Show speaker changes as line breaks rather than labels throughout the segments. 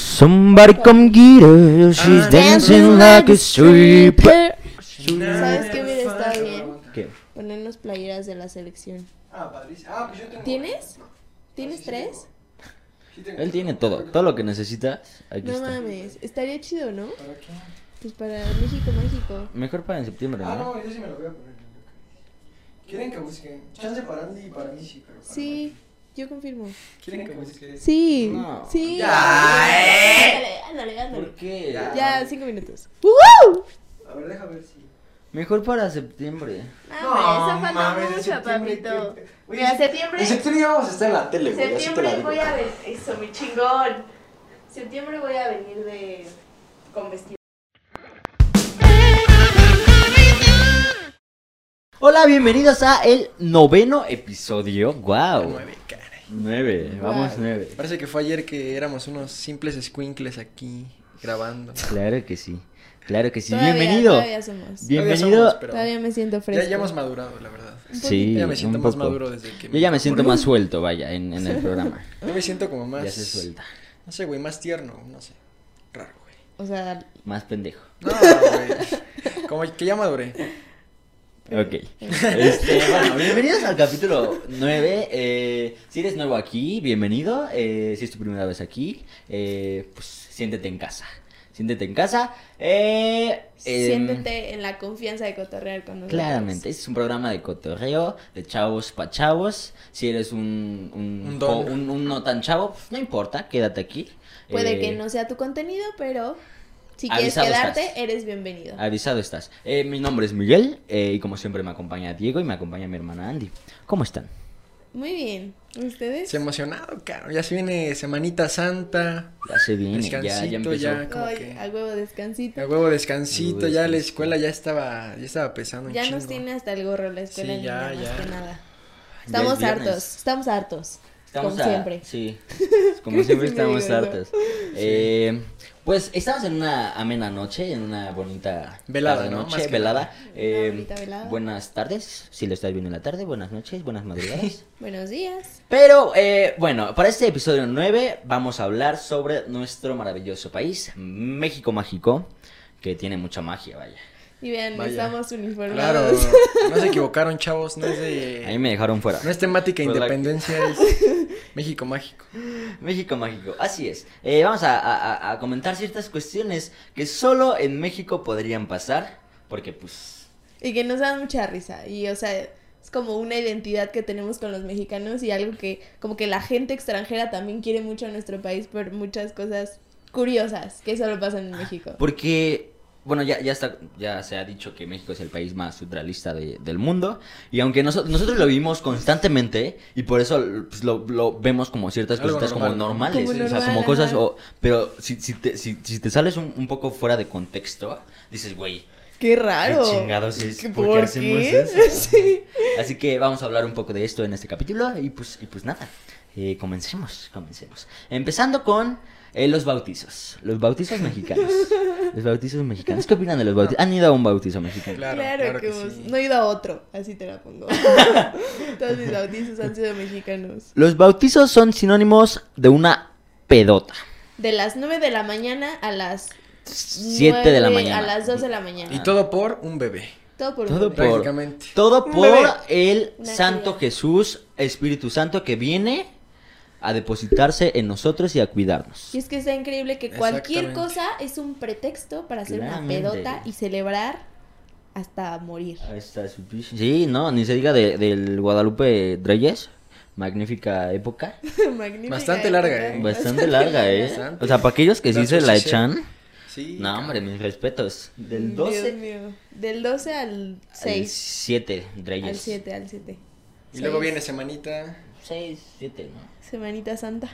Somebody come get her, she's
Ah.
dancing like a stripper.
¿Sabes qué hubiera estado bien?
¿Qué?
Ponernos playeras de la selección.
Ah, padrísimo. Ah, pues yo tengo.
¿Tienes?
Sí,
¿Tienes
sí
tres?
Sí tengo.
Él tiene todo, todo lo que necesita. Aquí
No
está.
mames, estaría chido, ¿no?
¿Para qué?
Pues para México México.
Mejor para en septiembre,
Ah,
¿no?
no, yo sí me lo voy a poner. ¿Quieren que busque? Chance para Andy y para mí sí, pero. para
Sí, yo confirmo.
Mike. ¿Quieren que busque?
Sí,
No.
sí.
Ya, eh.
Ándale, ándale, ándale.
¿Por qué?
Ya, cinco minutos. ¡Woo!
A ver, déjame ver si.
Mejor para septiembre.
No, Ah, eso falta
mames, en
mucho,
septiembre,
papito.
¿qué? Oye,
Mira, septiembre,
En septiembre ya vamos a estar en la tele, güey. Así te la
septiembre
digo.
voy a ver eso, mi chingón. Septiembre voy a venir de con vestido.
Hola, bienvenidos a el noveno episodio. Wow.
Nueve, caray.
Nueve, vamos
Guau.
nueve.
Parece que fue ayer que éramos unos simples squinkles aquí grabando.
Claro que sí, claro que sí.
Todavía,
Bienvenido.
Todavía somos.
Bienvenido.
Todavía somos, pero
Todavía me siento
ya,
fresco.
ya hemos madurado, la verdad.
Sí,
Ya me siento
un
más
poco.
maduro desde que.
Yo ya me siento más suelto, vaya, en, en el programa.
Yo me siento como más.
Ya se suelta.
No sé, güey, más tierno, no sé. Raro, güey.
O sea,
Más pendejo.
No, güey. Como que ya maduré.
Ok. Este, bueno, bienvenidos al capítulo 9. Eh, si eres nuevo aquí, bienvenido. Eh, si es tu primera vez aquí, eh, pues siéntete en casa. Siéntete en casa. Eh, em,
siéntete en la confianza de cotorrear con nosotros.
Claramente, este es un programa de cotorreo, de chavos pa' chavos. Si eres un, un,
Un don.
o un- un no tan chavo, pues, no importa, quédate aquí.
Puede
Eh,
que no sea tu contenido, pero si quieres
avisado
quedarte,
estás.
eres bienvenido.
Avisado estás. Eh, mi nombre es Miguel eh, y como siempre me acompaña Diego y me acompaña mi hermana Andy. ¿Cómo están?
Muy bien. ¿Ustedes?
Se emocionado, caro. Ya se viene Semanita Santa.
Ya se viene, ya, ya
Descansito,
empezó.
ya. como
Ay,
que-
a huevo descansito.
A huevo descansito,
Huevo,
ya la
descansito.
escuela ya estaba, ya estaba pesando un
Ya
chingo.
nos tiene hasta el gorro la escuela
Sí,
en
ya,
línea,
ya.
más que nada.
es
Estamos
viernes.
hartos, estamos hartos.
Estamos
como
a-
siempre.
Sí, como siempre
Sí, me
estamos
digo, ¿no?
hartos. Eh, pues estamos en una amena noche, en una bonita
Velada,
tarde
¿no?
noche,
Más que
velada. Eh,
bonita velada.
Buenas tardes, si lo estás viendo en la tarde, buenas noches, buenas madrugadas.
Buenos días.
Pero eh, bueno, para este episodio 9 vamos a hablar sobre nuestro maravilloso país, México Mágico, que tiene mucha magia, vaya.
Y vean,
Vaya.
estamos
Claro,
uniformados.
no se equivocaron, chavos, no es
A mí
de
me dejaron fuera.
Eh, no es temática
Pues la-
independencia, es México mágico.
México Mágico, así es. Eh, vamos a, a- a- a comentar ciertas cuestiones que solo en México podrían pasar, porque pues...
Y que nos dan mucha risa. Y, o sea, es como una identidad que tenemos con los mexicanos y algo que, como que la gente extranjera también quiere mucho a nuestro país por muchas cosas curiosas que solo pasan
Ah,
en México.
Porque, bueno, ya, ya, está, ya se ha dicho que México es el país más centralista de- del mundo, y aunque noso- nosotros lo vimos constantemente, y por eso pues, lo, lo vemos como ciertas
Algo
cositas como
normal.
normales,
Como
o sea,
normal,
como cosas,
ajá.
o- pero si, si, te, si, si te sales un, un poco fuera de contexto, dices, güey,
¡Qué raro!
¿Qué chingados es?
¿Qué-
¿Por qué hacemos eso?
Sí.
Así que vamos a hablar un poco de esto en este capítulo y pues, y pues nada, eh, comencemos, comencemos. Empezando con eh, los bautizos, los bautizos mexicanos. los bautizos mexicanos. ¿Qué opinan de los bautizos? ¿Han ido a un bautizo mexicano?
Claro,
Claro,
claro
que,
que
hemos-
sí.
no he ido a otro, así te la pongo. Todos mis bautizos han sido mexicanos.
Los bautizos son sinónimos de una pedota.
De las 9 de la mañana a las
7 de la
nueve-
mañana.
A las 2 de la mañana.
Y todo por un bebé,
Todo por
Todo
un
Ah. por-
prácticamente.
Todo
Un
por
bebé.
el
Una
Santo
actividad.
Jesús, Espíritu Santo, que viene a depositarse en nosotros y a cuidarnos.
Y es que está increíble que cualquier
Exactamente.
cosa es un pretexto para hacer
Claramente.
una pedota y celebrar hasta morir.
Ahí está su piso. Sí, no, ni se diga de- del Guadalupe Reyes. Magnífica época.
Magnífica
Bastante
época.
larga, ¿eh?
Bastante larga, ¿eh?
Bastante.
O sea, para aquellos que sí
Las
se la
cosas,
echan.
Sí.
No, hombre, mis respetos. Del
Dios
12
mío. Del 12 al
al
6.
7, Reyes.
Al 7, al 7.
Y luego viene semanita.
6, 7, ¿no?
Semanita Santa.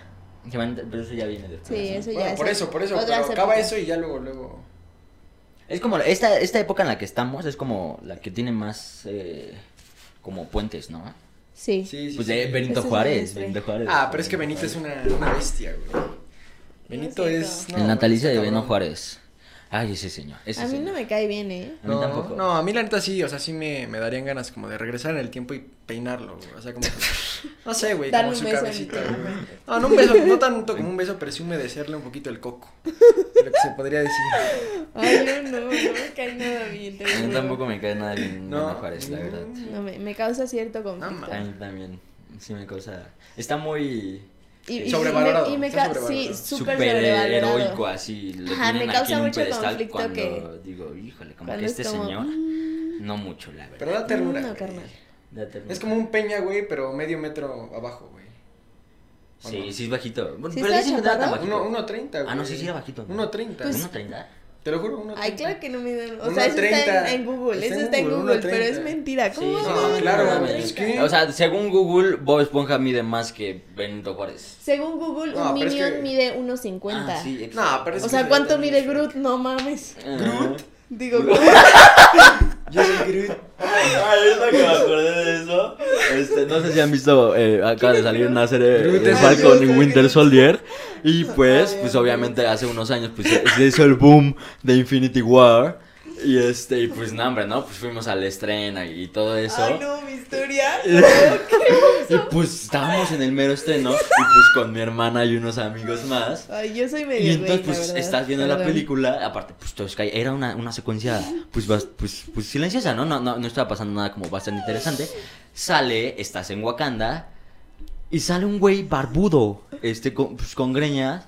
Que van- Pero eso ya viene después.
Sí,
¿no?
eso ya
Bueno,
es
por eso, por eso,
otras
pero acaba
épocas.
eso y ya luego luego
Es como esta, esta época en la que estamos, es como la que tiene más eh, como puentes, ¿no?
Sí.
Sí, sí.
Pues
sí.
de Benito
Eso es
Juárez.
nuestro.
Benito Juárez.
Ah, pero es que Benito es una, una bestia, güey. Benito
cierto.
es
El natalicio de
Benito
Beno Juárez. Ay, ese señor. Ese
A mí no
señor.
me cae bien, ¿eh?
A mí tampoco.
no, a mí la neta sí, o sea, sí me, me darían ganas como de regresar en el tiempo y peinarlo, güey. O sea, como. que- No sé, güey,
Darle
como su
un beso en
cabecita.
el
güey. No, no un beso, no tanto como un beso, pero sí humedecerle un poquito el coco. Lo que se podría decir.
Ay, yo no, no me cae nada bien. te lo
A mí
juro.
tampoco me cae nada bien
No. Mm.
Ana Juárez, la verdad.
No, me, me causa cierto conflicto.
A mí también. Sí me causa. Está muy
y, y- y
Sobrevalorado,
me- y me
está
ca- Sí,
sobrevalorado.
súper
super
sobrevalorado.
heroico así. Lo
Ajá,
tienen
me
aquí
causa
en un
mucho
pedestal
conflicto
cuando
que-
digo, híjole, como que
Cuando es
este
como,
señor
mm,
no mucho, la verdad.
Pero da ternura.
No,
güey.
carnal.
Date-
Es como un peña, güey, pero medio metro abajo, güey. ¿O
Sí,
no?
sí es bajito. Bueno,
¿Sí
pero
está
dicen que no era tan
chaparro?
bajito.
Uno- 1.30, güey.
Ah, no, sí, sí era bajito.
1.30.
Pues-
¿Uno treinta?
Te lo juro, 1.30.
Ay, claro que no me dan. O
Uno
sea, eso está
treinta.
en, en Google.
Está
Eso
en
está en
Google,
Google,
uno
pero es
treinta.
mentira. ¿Cómo
Sí,
vas a
no,
decir
claro,
uno
mames.
güey, es
treinta?
que-
O sea, según Google, Bob Esponja mide más que Benito Juárez.
Según Google,
No,
un
pero es
minion
que-
mide 1.50.
Ah, sí, ex-
No, pero es
O
que
sea,
sí,
¿cuánto
también
mide
es-
Groot? No mames.
Ah.
Groot.
Digo,
Yo soy Groot.
Ah, ahorita que me acordé de eso. Este, no sé si han visto, eh, acaba de salir una serie
Groot
de
es
Falcon y
Groot.
Winter Soldier. Y pues,
Ah,
pues
ya.
obviamente hace unos años pues, se, se hizo el boom de Infinity War. Y este, y pues no, hombre, ¿no? Pues fuimos al estreno y todo eso.
Ay, no, mi historia.
Y pues estábamos en el mero estreno. Y pues con mi hermana y unos amigos más.
Ay, yo soy medio
Y entonces, pues,
güey, la verdad.
estás viendo la
Perdón.
película, aparte, pues, todo es que era una, una secuencia, pues, bas- pues, pues, silenciosa, ¿no? No, ¿no? no estaba pasando nada como bastante interesante. Sale, estás en Wakanda, y sale un güey barbudo, este, con, pues, con greñas,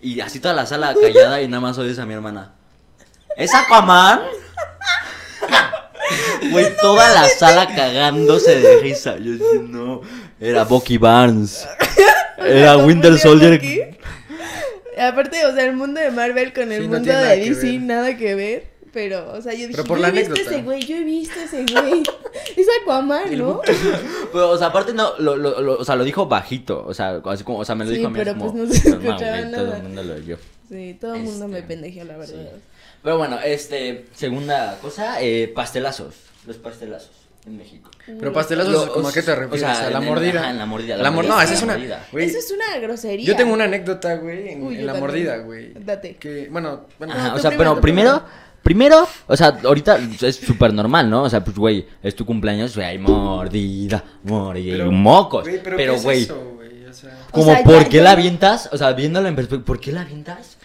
y así toda la sala callada, y nada más oyes a mi hermana. ¿Es Aquaman? Güey, toda la sala cagándose de risa. Yo dije, no, era Bucky Barnes. Era
¿Lo
Winter
pusieron
Soldier
aquí? Aparte, o sea, el mundo de Marvel con el
Sí, no
mundo
tiene
de
nada que
DC,
ver.
nada que ver. Pero, o sea, yo dije,
Pero por
yo
la
he visto
anécdota.
ese güey, yo he visto ese güey. Es Aquaman, ¿no?
Pero, o sea, aparte no, lo, lo, lo- o sea, lo dijo bajito, o sea, así como, o sea, me lo
Sí,
dijo a mí
pero
así como,
pues no se
"Pero
escuchaba
güey, Todo
nada".
el mundo lo oyó.
Sí, todo el mundo me
Este,
pendejeó, la verdad.
sí. Pero bueno, este, segunda cosa, eh, pastelazos, los pastelazos en México.
Mm.
Pero pastelazos,
Lo-
¿cómo a qué te refieres? a
en
la
el-
mordida.
ajá, en la mordida,
A
la
La, mordida.
mordida.
No, esa es una.
Mordida.
güey,
Eso es una grosería.
Yo tengo una anécdota, güey, en,
Uy,
en
yo
la
también.
mordida, güey.
Date.
Que, bueno, bueno.
Ajá,
No,
o
tú
sea,
primero,
pero
tú
primero, primero, o sea, ahorita es súper normal, ¿no? O sea, pues, güey, es tu cumpleaños, güey, hay mordida, mordida, y mocos.
güey, pero,
pero,
¿qué es
güey,
eso, güey? O sea,
O
como,
sea,
¿por
ya-
qué
ya
la
no-
avientas? O sea, viéndolo en perspectiva, ¿por qué la avientas?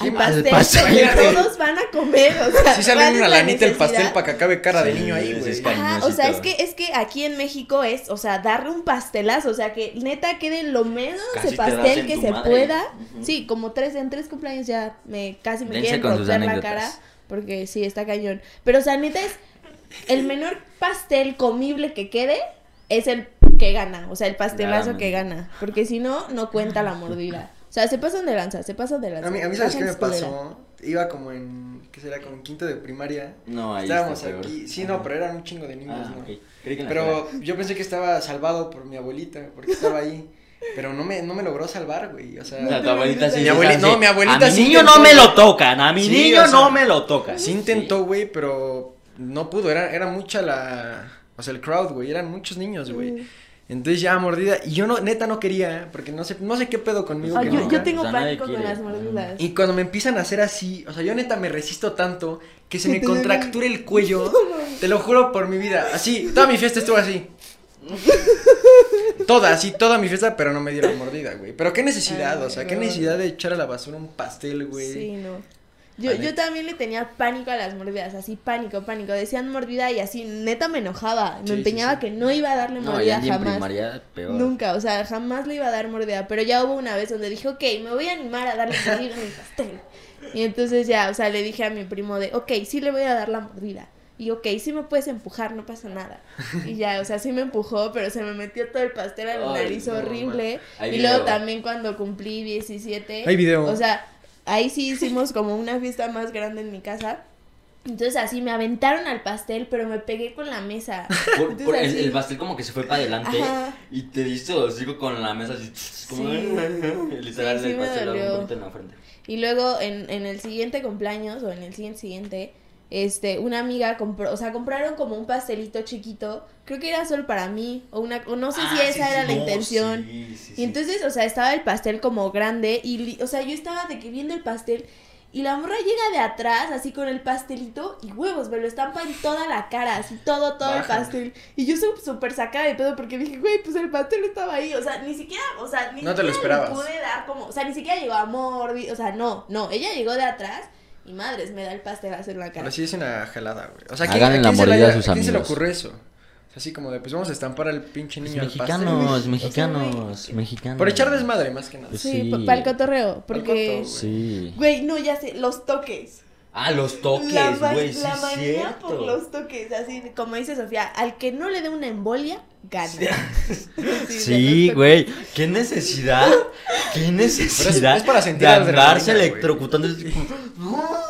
Al
Sí,
pastel,
pastel.
porque todos van a comer, o sea.
sí
¿cuál
sale
es la
una lanita el pastel
necesidad?
para que acabe cara de
Sí,
niño ahí,
sí,
güey.
es que-
Ajá, o sea, es que,
Cariñosito.
es que aquí en México es, o sea, darle un pastelazo, o sea, que neta quede lo menos
Casi
de
te das
pastel
en
que
tu
se
madre.
pueda.
Ujú.
Sí, como tres, en tres cumpleaños ya me casi me
Dense
quieren
con sus
romper la
anécdotas.
cara, porque sí, está cañón. Pero, o sea, neta es, el menor pastel comible que quede es el que gana, o sea, el pastelazo
Claramente.
que gana, porque si no, no cuenta la mordida. O sea, se pasan de lanza, se pasan de lanza.
A mí, a mí ¿sabes
bajan
qué me
su culera.
pasó? Iba como en, ¿qué será? Como en quinto de primaria.
No, ahí
Estábamos
está peor.
aquí. Sí, no,
Ajá.
pero eran un chingo de niños,
Ah,
¿no?
ok. Creí que en la cara.
Pero yo pensé que estaba salvado por mi abuelita, porque estaba ahí. Pero no me, no me logró salvar, güey. O sea,
O sea, tu abuelita sí.
Mi
sí,
abuelita-
o sea, sí.
no, mi abuelita
A mi
sí
niño
intentó.
no me lo tocan, a mi
Sí,
niño
o sea,
no me lo tocan.
Sí intentó, güey, pero no pudo, era, era mucha la, o sea, el crowd, güey, eran muchos niños, güey. Entonces ya mordida, y yo no, neta no quería, porque no sé, no sé qué pedo conmigo.
Ah,
que
yo,
no,
yo
güey.
tengo
O sea, nadie
pánico con
quiere.
las mordidas.
Y cuando me empiezan a hacer así, o sea, yo neta me resisto tanto que se
Que
me
te duele.
contractura el cuello, te lo juro por mi vida, así, toda mi fiesta estuvo así. Toda, así, toda mi fiesta, pero no me dio la mordida, güey. Pero qué necesidad,
Ay,
o sea, qué
no.
necesidad de echar a la basura un pastel, güey.
Sí, no. Yo,
Vale.
yo también le tenía pánico a las mordidas, así pánico, pánico. Decían mordida y así neta me enojaba. Me
Sí, sí,
empeñaba
sí.
que no iba a darle
No, ya
mordida
ni en
jamás.
primaria, peor.
Nunca, o sea, jamás le iba a dar mordida. Pero ya hubo una vez donde dije, ok, me voy a animar a darle mordida a mi pastel. Y entonces ya, o sea, le dije a mi primo de, ok, sí le voy a dar la mordida. Y ok, sí me puedes empujar, no pasa nada. Y ya, o sea, sí me empujó, pero se me metió todo el pastel a la
Ay,
nariz
no,
horrible.
man. Hay
y luego
video.
también cuando cumplí 17.
Hay video.
O sea, ahí sí hicimos como una fiesta más grande en mi casa. Entonces así me aventaron al pastel, pero me pegué con la mesa.
Por- por- el,
Entonces, así.
el pastel como que se fue para adelante
Ajá.
y te diste hocico con la mesa así. Como,
Sí.
Literal,
Sí, sí
el
me
pastel
dolió.
un poquito en la frente.
Y luego en, en el siguiente cumpleaños o en el siguiente siguiente, este, una amiga compró, o sea, compraron como un pastelito chiquito, creo que era solo para mí o una o no sé si
Ah,
esa
sí,
era
sí,
la
no,
intención.
sí, sí, sí.
Y entonces, o sea, estaba el pastel como grande y, li- o sea, yo estaba de que viendo el pastel Y la morra llega de atrás, así con el pastelito y huevos, me lo estampa en toda la cara, así todo, todo el
Bájale.
pastel. Y yo sup- súper sacada de pedo porque dije, güey, pues el pastel estaba ahí. O sea, ni siquiera, o sea, ni
No te lo
siquiera le
esperabas.
pude dar como, o sea, ni siquiera llegó a mordi, o sea, no, no, ella llegó de atrás y madres, me da el pastel hacer la cara.
Pero sí es una jalada, güey. O sea, ¿a quién,
Hagan
a
la
quién se, le
mordida a
haya-
sus
a quién se le
amigos.
ocurre eso? O sea, así como de, pues vamos a estampar al pinche
Pues
niño al pastel, güey.
mexicanos,
güey.
mexicanos,
O sea,
mexicanos.
Por echar desmadre, más que nada.
Pues
sí,
sí.
para el cotorreo,
cotorreo,
porque...
güey.
Sí.
Güey, no, ya sé, los toques.
Ah, los toques,
la ma-
güey, sí
la
es
manía
cierto.
por los toques, así como dice Sofía, al que no le dé una embolia, gana. de
Sí,
los
güey, qué necesidad, qué necesidad
es para sentir
de
adrenalina,
andarse
güey.
electrocutando.
toques.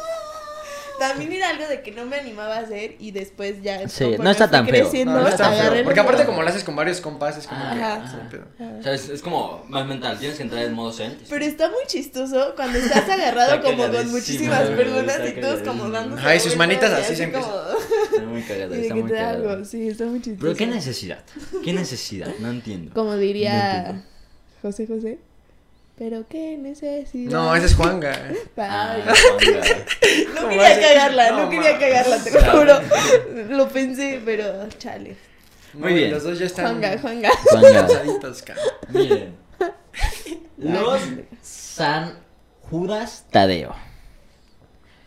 También era algo de que no me animaba a hacer y después ya.
Sí,
conforme
no está
fui
tan feo.
creciendo,
No, no está
agarré
feo.
el
Porque aparte
humor.
como lo haces con varios compas, es como
Ah,
que...
ajá.
es un pedo.
¿Sabes? Es como más mental, tienes que entrar en modo zen.
Pero está muy chistoso cuando estás agarrado
Está
como con
cagadísimo,
muchísimas
güey,
personas
está
y todos como
cagadísimo.
dándose.
Ajá, y sus
vueltas
manitas
y
así se empiezan.
como-
Está muy cagado,
y de
está
que
muy
te da algo,
cagado.
Sí, está muy chistoso.
Pero qué necesidad, qué necesidad, no entiendo.
Como
No
diría
entiendo.
José José. Pero qué necesidad.
No, ese es Juanga.
Ah,
Ay,
venga.
No
¿Cómo
quería
hace?
cagarla, no,
No,
quería
ma.
cagarla, te lo juro. Lo pensé, pero chale.
Muy
No,
bien.
Los dos ya están
Juanga, Juanga.
Venga.
cansaditos, cabrón.
Miren. Los San Judas Tadeo.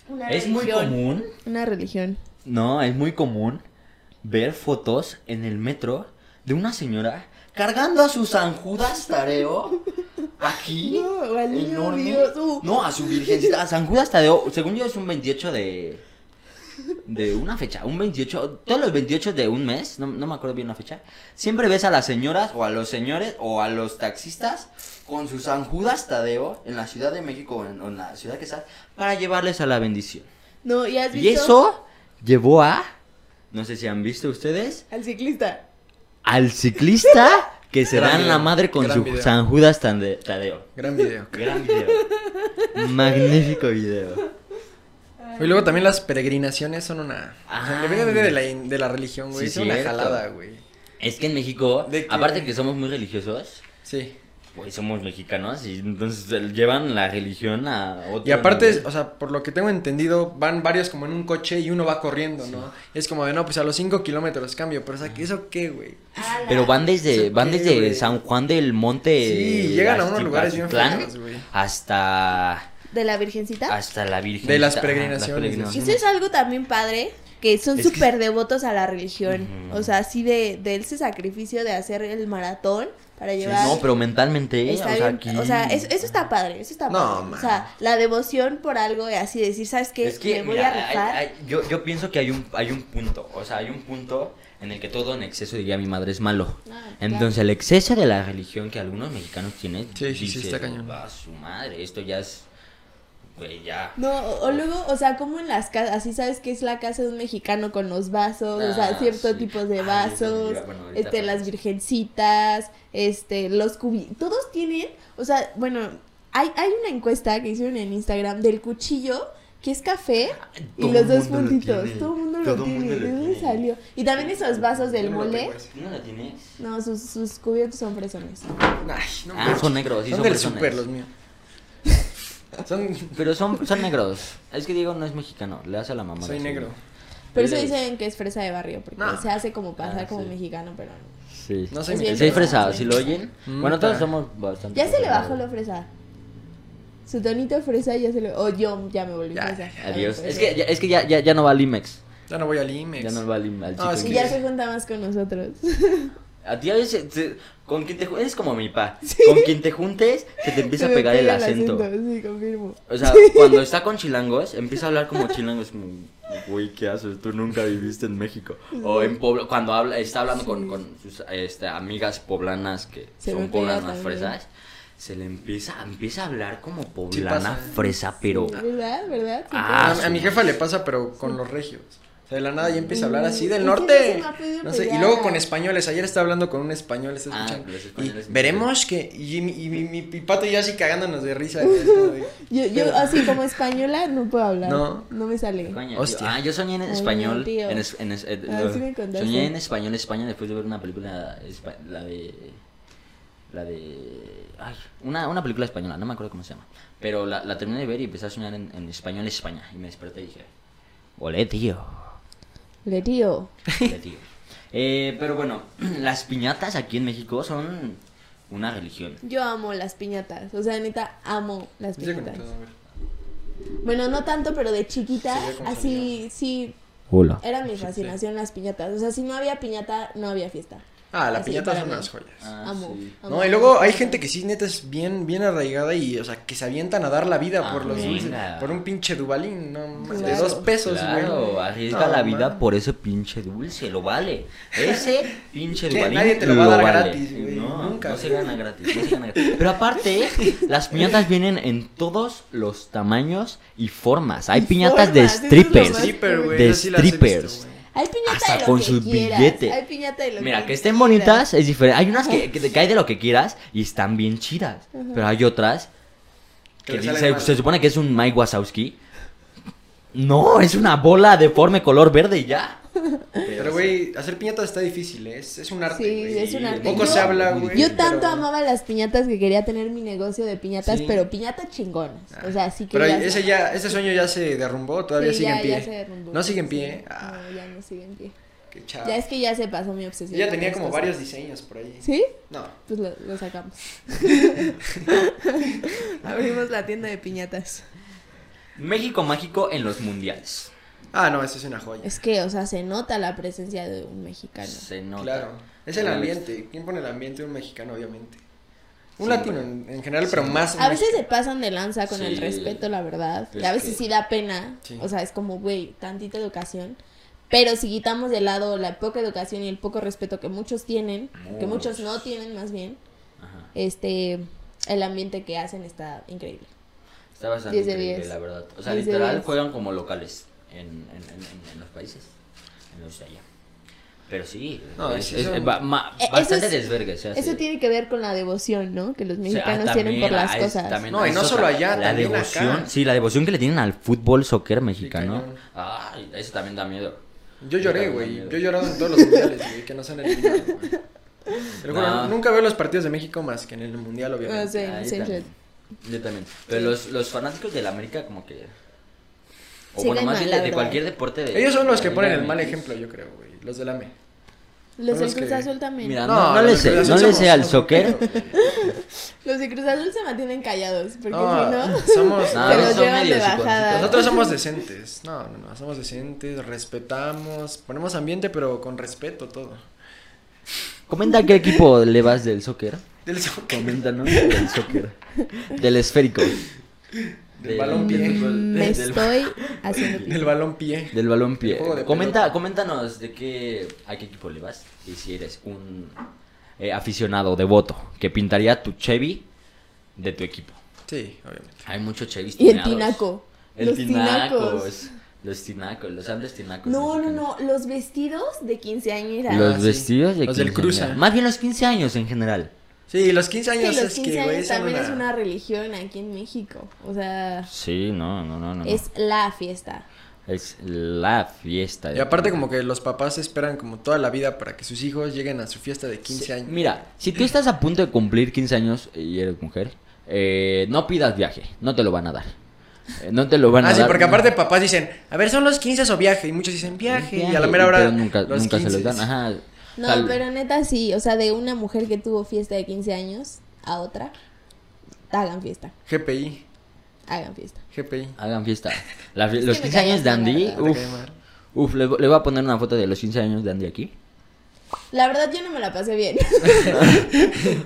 Una
Es muy común,
Una religión.
no, es muy común ver fotos en el metro de una señora cargando a su San Judas Tadeo aquí.
No, o al niño
enorme.
Dios, uh.
No, a su virgencita. A San Judas Tadeo, según yo, es un 28 de. De una fecha, un 28, todos los 28 de un mes, no, no me acuerdo bien la fecha. Siempre ves a las señoras o a los señores o a los taxistas con su San Judas Tadeo en la Ciudad de México o en, o en la ciudad que estás para llevarles a la bendición.
No, y has visto
Y eso llevó a, no sé si han visto ustedes,
al ciclista.
al ciclista que se
Gran
dan la
video,
madre con
gran
su
video.
San Judas Tande- Tadeo.
Gran video.
Gran video. Magnífico video.
Y luego también las peregrinaciones son una... o sea,
Ah,
Independientemente de la, in- de la religión, güey,
Sí,
es una
cierto.
jalada, güey.
Es que en México,
De que-
aparte que somos muy religiosos,
Sí.
pues somos mexicanos y entonces eh, llevan la religión a otro.
Y aparte,
nivel.
o sea, por lo que tengo entendido, van varios como en un coche y uno va corriendo, ¿no? Y es como de, no, pues a los 5 kilómetros cambio, pero o sea, ¿eso qué, güey?
pero van desde
Sí,
van desde
güey.
San Juan del Monte.
Sí, llegan a
Azti-
unos lugares bien
Aztlán,
feos, güey.
hasta
De la virgencita.
hasta la Virgen.
De las
Ajá,
peregrinaciones.
Eso es algo también padre, que son
Es que-
súper devotos a la religión.
Ujú.
O sea, así de, de ese sacrificio de hacer el maratón para
Sí,
llevar.
no, pero mentalmente,
Está
o sea,
bien,
aquí-
o sea, es- eso está padre, eso está
No,
padre. O
man.
sea, la devoción por algo y así decir, ¿sabes qué?
Es que
Me voy
mira,
a rifar.
hay- hay- yo, yo pienso que hay un, hay un punto, o sea, hay un punto en el que todo en exceso, diría mi madre, es malo.
Ah, claro.
Entonces, el exceso de la religión que algunos mexicanos tienen,
Sí, sí, sí,
dices,
está cañón.
"Va, su madre, esto ya es, güey, ya.
No, o, o luego, o sea, como en las casas, así sabes que es la casa de un mexicano con los vasos, o sea,
Ah,
cierto
sí.
tipo
Ay,
de
eso me
vasos,
iba, bueno, ahorita
este, las
hablamos.
virgencitas, este, los cubi, todos tienen, o sea, bueno, hay, hay una encuesta que hicieron en Instagram del cuchillo, que es café, y
Todo
los
el
dos
mundo lo
puntitos,
tiene,
todo el mundo
todo
lo
el mundo
tiene,
lo
¿de dónde
tiene.
salió? Y también esos vasos del
Yo no lo
mole,
tengo ese.
¿No la tienes?
no, sus, sus cubiertos son fresones.
Ay, no
Ah,
manches.
son negros, sí,
son,
son
del
personas.
super los míos. Son...
Pero son, son negros. Es que Diego no es mexicano, le hace a la mamá.
Soy negro.
Por eso
Le-
dicen que es fresa de barrio, porque
No.
se hace como pasar
Ah,
como
sí.
mexicano, pero no.
Sí.
No soy
Sí,
mexicano.
soy fresado, si lo oyen.
Mm,
bueno, todos
ta.
somos bastante.
Ya se le bajó
fresados.
la fresa. Su tonito fresa ya se le... O yo ya me volví
Ya,
fresa.
Adiós.
Ya me
Es
volví
que, ya, es que ya, ya, ya no va al IMEX.
Ya no voy al IMEX.
Ya no va al, Im- al
Ah,
chico
sí,
fresa. Y
Imex.
ya se junta más con nosotros.
A ti a veces, te- con quien te juntes, eres como mi pa. Con quien te juntes, se te empieza a
Se me
pegar el
pega
acento.
Sí, confirmo.
O sea, cuando está con chilangos, empieza a hablar como chilangos. como, Güey, ¿qué haces? Tú nunca viviste en México. O en Puebla, cuando habla, está hablando con, con sus este, amigas poblanas que
Se me
son
pega
poblanas
también.
fresas, se le empieza, empieza a hablar como
pasa.
poblana fresa, pero...
Ah, ¿Verdad? ¿Verdad? Sí,
Ah,
A,
claro.
a mi jefa le pasa, pero con los regios. O sea, de la nada ya empieza a hablar así del
Mm,
Es que no se
norte.
me ha podido
No sé, y
pegar.
luego con españoles. Ayer estaba hablando con un español, ¿estás
Ah,
escuchando?
los
Y
españoles.
veremos que. Y, mi- y mi, mi- mi pato y yo así cagándonos de risa. güey, es como de-
Yo, yo así como española no puedo hablar.
No.
No me sale.
Coño, tío.
Hostia.
Ah, yo soñé en
Ay,
español.
tío.
en es- en es- eh,
Ah,
lo-
sí me contaste.
soñé en español España después de ver una película, espa- la de La de. Ay, una, una película española, no me acuerdo cómo se llama. Pero la, la terminé de ver y empecé a soñar en, en español España. Y me desperté y dije: Olé, tío.
Le tío.
Olé, tío. Eh, pero bueno, las piñatas aquí en México son una religión.
Yo amo las piñatas. O sea, neta, amo las
Ya con
piñatas.
todo, a ver.
Bueno, no tanto, pero de chiquita,
Sí, ya como
así, sí,
Hola.
era mi fascinación las piñatas. O sea, si no había piñata, no había fiesta.
Ah, la
Así,
piñata
para
son
mí. Ah,
unas joyas.
Ah.
Amo, amo.
Ah, No, y luego hay gente que sí, neta, es bien, bien arraigada y, o sea, que se avientan a dar la vida
Ah,
por los dulces.
venga.
Por un pinche dubalín, no mames, De
Claro.
dos pesos, güey.
Claro, arriesga
No,
la vida
mames.
por ese pinche dulce, lo vale. Ese pinche
Que
dulce.
nadie te lo va a dar gratis, güey,
No,
nunca.
no se gana gratis, no se gana gratis. Pero aparte, las piñatas vienen en todos los tamaños y formas. Hay
Y
piñatas
formas, eso es
de
lo
strippers.
más
Stripper, güey.
De
esas sí las he visto,
strippers.
güey.
Hay piñata
Hasta
de lo
con
que
sus
quieras.
billetes.
Hay piñata de lo
Mira, que
quieras.
estén bonitas es diferente. Hay unas que, que te cae de lo que quieras y están bien chidas. Pero hay otras
Que
que
le
dice-
salen
se,
mal.
supone que es un Mike Wazowski. No, es una bola deforme color verde y ya.
Pero, güey, hacer piñatas está difícil, ¿eh? es, es un arte.
Sí,
güey.
es un arte.
Poco
Yo-
se habla, güey.
Yo tanto
pero-
amaba las piñatas que quería tener mi negocio de piñatas,
Sí.
pero piñatas chingonas. O sea, sí que
Ah. Pero
ya-
ese, ya, ese sueño ya se derrumbó, todavía
Sí,
sigue
ya-
en pie.
ya se derrumbó.
no sigue en
Sí.
pie. ¿eh? Ah,
No, ya no sigue en pie.
qué chavo.
Ya es que ya se pasó mi obsesión.
Ella
con
tenía
las
como
cosas.
varios diseños por ahí.
¿Sí?
No.
Pues lo, lo sacamos. Abrimos la tienda de piñatas.
México mágico en los mundiales.
Ah, no, eso es una joya.
Es que, o sea, se nota la presencia de un mexicano.
Se nota.
Claro. Es el
Claro.
ambiente. ¿Quién pone el ambiente? Un mexicano, obviamente. Un
Sí,
latino
güey.
en, en general, pero más. un
A veces se
mexicano.
pasan de lanza con el
Sí.
respeto, la verdad.
Es
Y a veces
que-
sí da pena.
Sí.
O sea, es como, güey, tantita educación. Pero si quitamos de lado la poca educación y el poco respeto que muchos tienen, que muchos no tienen más bien,
Ajá.
este, el ambiente que hacen está increíble.
Está bastante
10 de
increíble,
10.
la verdad. O sea,
10 de
literal
10.
juegan como locales en, en- en- en- en los países. En los de allá. Pero sí,
No,
es,
sí
es-
son-
es ba- ma-
Eh, eso
bastante
es-
desvergue. se hace.
Eso tiene que ver con la devoción, ¿no? Que los
O sea,
mexicanos
también,
tienen por las
ah, es-
cosas.
también
No, y
eso,
no
o
solo
sea,
allá,
la
también
devoción,
acá.
Sí, la devoción que le tienen al fútbol, soccer mexicano.
cañón.
Ay, eso también da miedo.
Yo lloré,
Yo
güey.
también.
Yo he llorado en todos los mundiales, güey, que no se han eliminado. güey. Te lo juro,
No.
nunca veo los partidos de México más que en el mundial, obviamente.
Ah, sí.
Ah, yo,
same
también. yo también. Pero los, los fanáticos de la América como que... O
Sí,
bueno,
caen
más
mal,
bien
la
de, de
verdad.
cualquier deporte de...
Ellos son los que
de la
ponen
Liga
el mal
MX.
ejemplo, yo creo, güey. Los del AME.
Los del
Son los
Cruz
que-
Azul también.
Mira, no,
No,
Ah, no,
los
le
del
sé,
Cruz
no
Azul
le
somos
sé al
otro
soccer.
pedo, güey.
Los de Cruz Azul se mantienen callados, porque
Ah,
No,
si no,
somos-
No,
se
no,
los
son
llevan de
medios
bajada.
psiconcitos.
Nosotros somos decentes. No, no, no. Somos decentes, respetamos, ponemos ambiente, pero con respeto todo.
Comenta qué equipo le vas del soccer.
Del soccer,
Coméntanos del soccer. Del esférico.
Del balón
del
pie.
fútbol,
Me
del- del-
estoy haciendo pipí.
Del balón pie.
Del balón pie.
Del juego de
Comenta,
pelota.
coméntanos de qué, a qué equipo le vas. Y si eres un eh, aficionado devoto que pintaría tu Chevy de tu equipo.
Sí, obviamente.
Hay muchos Chevys.
Y el
tuneados.
tinaco.
El
los
tinacos.
tinacos.
Los tinacos, los ambles tinacos.
No, no,
mexicanos.
no. Los vestidos de quinceañera.
Los
Ah, sí.
vestidos de
Los del
15
cruza.
años. Más bien los 15 años en general.
Sí, los 15
Es que
años
los
es
15
que,
años
güey, son
también
una...
es una religión aquí en México. O sea,
Sí, no, no, no, no. no.
es la fiesta.
Es la fiesta.
Y aparte como que los papás esperan como toda la vida para que sus hijos lleguen a su fiesta de 15
Sí,
años. Ah,
Mira, si tú estás a punto de cumplir 15 años y eres mujer, eh, no pidas viaje, no te lo van a dar. Eh, no te lo van a
Ah, sí,
dar.
porque aparte papás dicen, a ver, son los 15 o viaje, y muchos dicen viaje, y a la mera hora
Pero nunca,
los
nunca se
15.
los dan. Ajá.
No,
Tal-
pero neta sí. O sea, de una mujer que tuvo fiesta de 15 años a otra, hagan fiesta.
GPI,
Hagan fiesta.
GPI.
Hagan fiesta. La fie-
Es que
los
me
15 años de
callaste,
Andy.
la
verdad. Te
Ah, Uf,
cae mal.
uf, le, vo- le voy a poner una foto de los 15 años de Andy aquí.
La verdad, yo no me la pasé bien.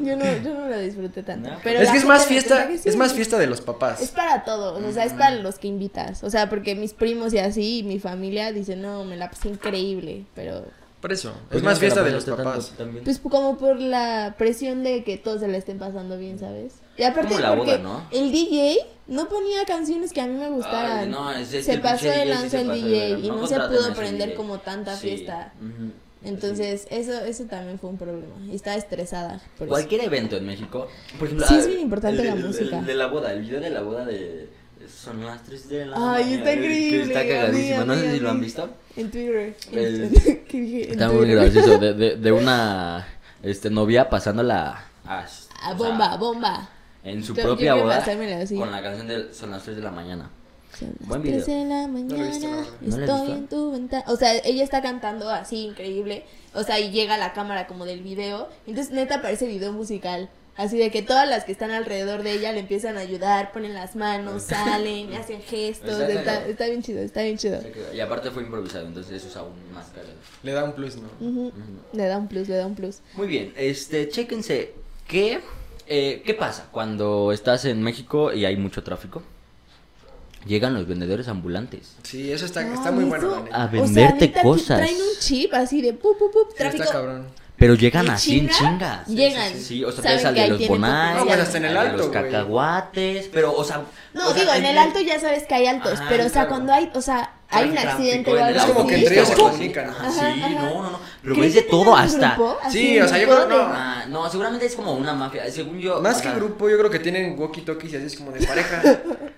yo, no, yo no la disfruté tanto.
No.
Pero
es
la
que es
gente
más
me
fiesta,
cuenta que sí.
es más fiesta Mm. de los papás.
Es para todos, o sea, es para los que invitas. O sea, porque mis primos y así, y mi familia dicen, no, me la pasé increíble. Pero,
Por eso,
Pues
es más fiesta de los
este
papás.
pues como por la presión de que todos se la estén pasando bien, ¿sabes? Y aparte,
Como la boda,
porque
¿no?
el DJ no ponía canciones que a mí me gustaran.
Ay, no, es- es que
se
el
pasó
pinche
de
DJ sí
lanza
se
el
pasó de
DJ
verga.
y
No
no, se
contraten a
pudo
ese
prender
DJ.
como tanta
Sí.
fiesta.
Ujú.
Entonces, eso eso también fue un problema. Y estaba estresada por eso.
Cualquier evento en México. Por ejemplo,
Sí, es
ah,
bien importante
el-
la
el-
música.
El de la boda, el video de la boda de. Son las 3 de la
Ay,
mañana,
está
que
increíble,
Está
amiga,
cagadísimo. No sé si
amiga,
lo han
amiga.
visto.
En Twitter. en-
El-
¿qué dije? En
Está muy
Twitter.
gracioso. De, de, de una este, novia pasándola a,
Ah,
O sea,
bomba, bomba.
En su
Yo- yo
propia
quiero
boda.
pasármela así.
Con la canción de Son las 3 de la mañana.
Son las
Buen
3
video.
de la
No lo he visto, la
mañana,
¿No
verdad.
lo has
estoy
visto?
en tu ventana. O sea, ella está cantando así, increíble. O sea, y llega la cámara como del video. Entonces, neta, parece video musical. Así de que todas las que están alrededor de ella le empiezan a ayudar, ponen las manos, salen, hacen gestos.
Exacto.
Está, está bien chido, está bien chido.
Y aparte fue improvisado, entonces eso es aún más caro.
Le da un plus, ¿no?
Ujú. Le da un plus, le da un plus.
Muy bien, este, chéquense. ¿Qué, eh, ¿Qué pasa cuando estás en México y hay mucho tráfico? Llegan los vendedores ambulantes.
Sí, eso está,
No, Ah.
está muy bueno,
eso-
la neta.
A
O sea,
venderte
neta, que
cosas.
Traen un chip así de pup, pup, pup,
Sí,
tráfico.
Está cabrón.
Pero llegan
¿En
así en
chinga?
chinga.
Llegan.
Sí, sí, sí. o sea,
Saben
ves al
que ahí
de los
tienen
bonais,
No, pues
hasta en el
al de
alto,
los
güey.
cacahuates, pero o sea,
No,
o sea,
digo, en
hay-
el alto ya sabes que hay altos,
Ajá,
pero o sea,
claro.
cuando hay, o sea, hay un
tráfico,
accidente
en
o
el
algo
Es
así.
como que
autobús,
entre ellos
o
se
algo así.
comunican, ajá.
Sí, no, no, no. Pero
¿Crees
ves de
que
todo
tengan un
hasta.
grupo? Así,
Sí,
un
o sea, yo creo-
grupo de-
no.
Ah, no, seguramente es como una mafia. Según yo.
Más
o
que
sea,
grupo, yo creo que tienen walkie-talkies y así es como de pareja.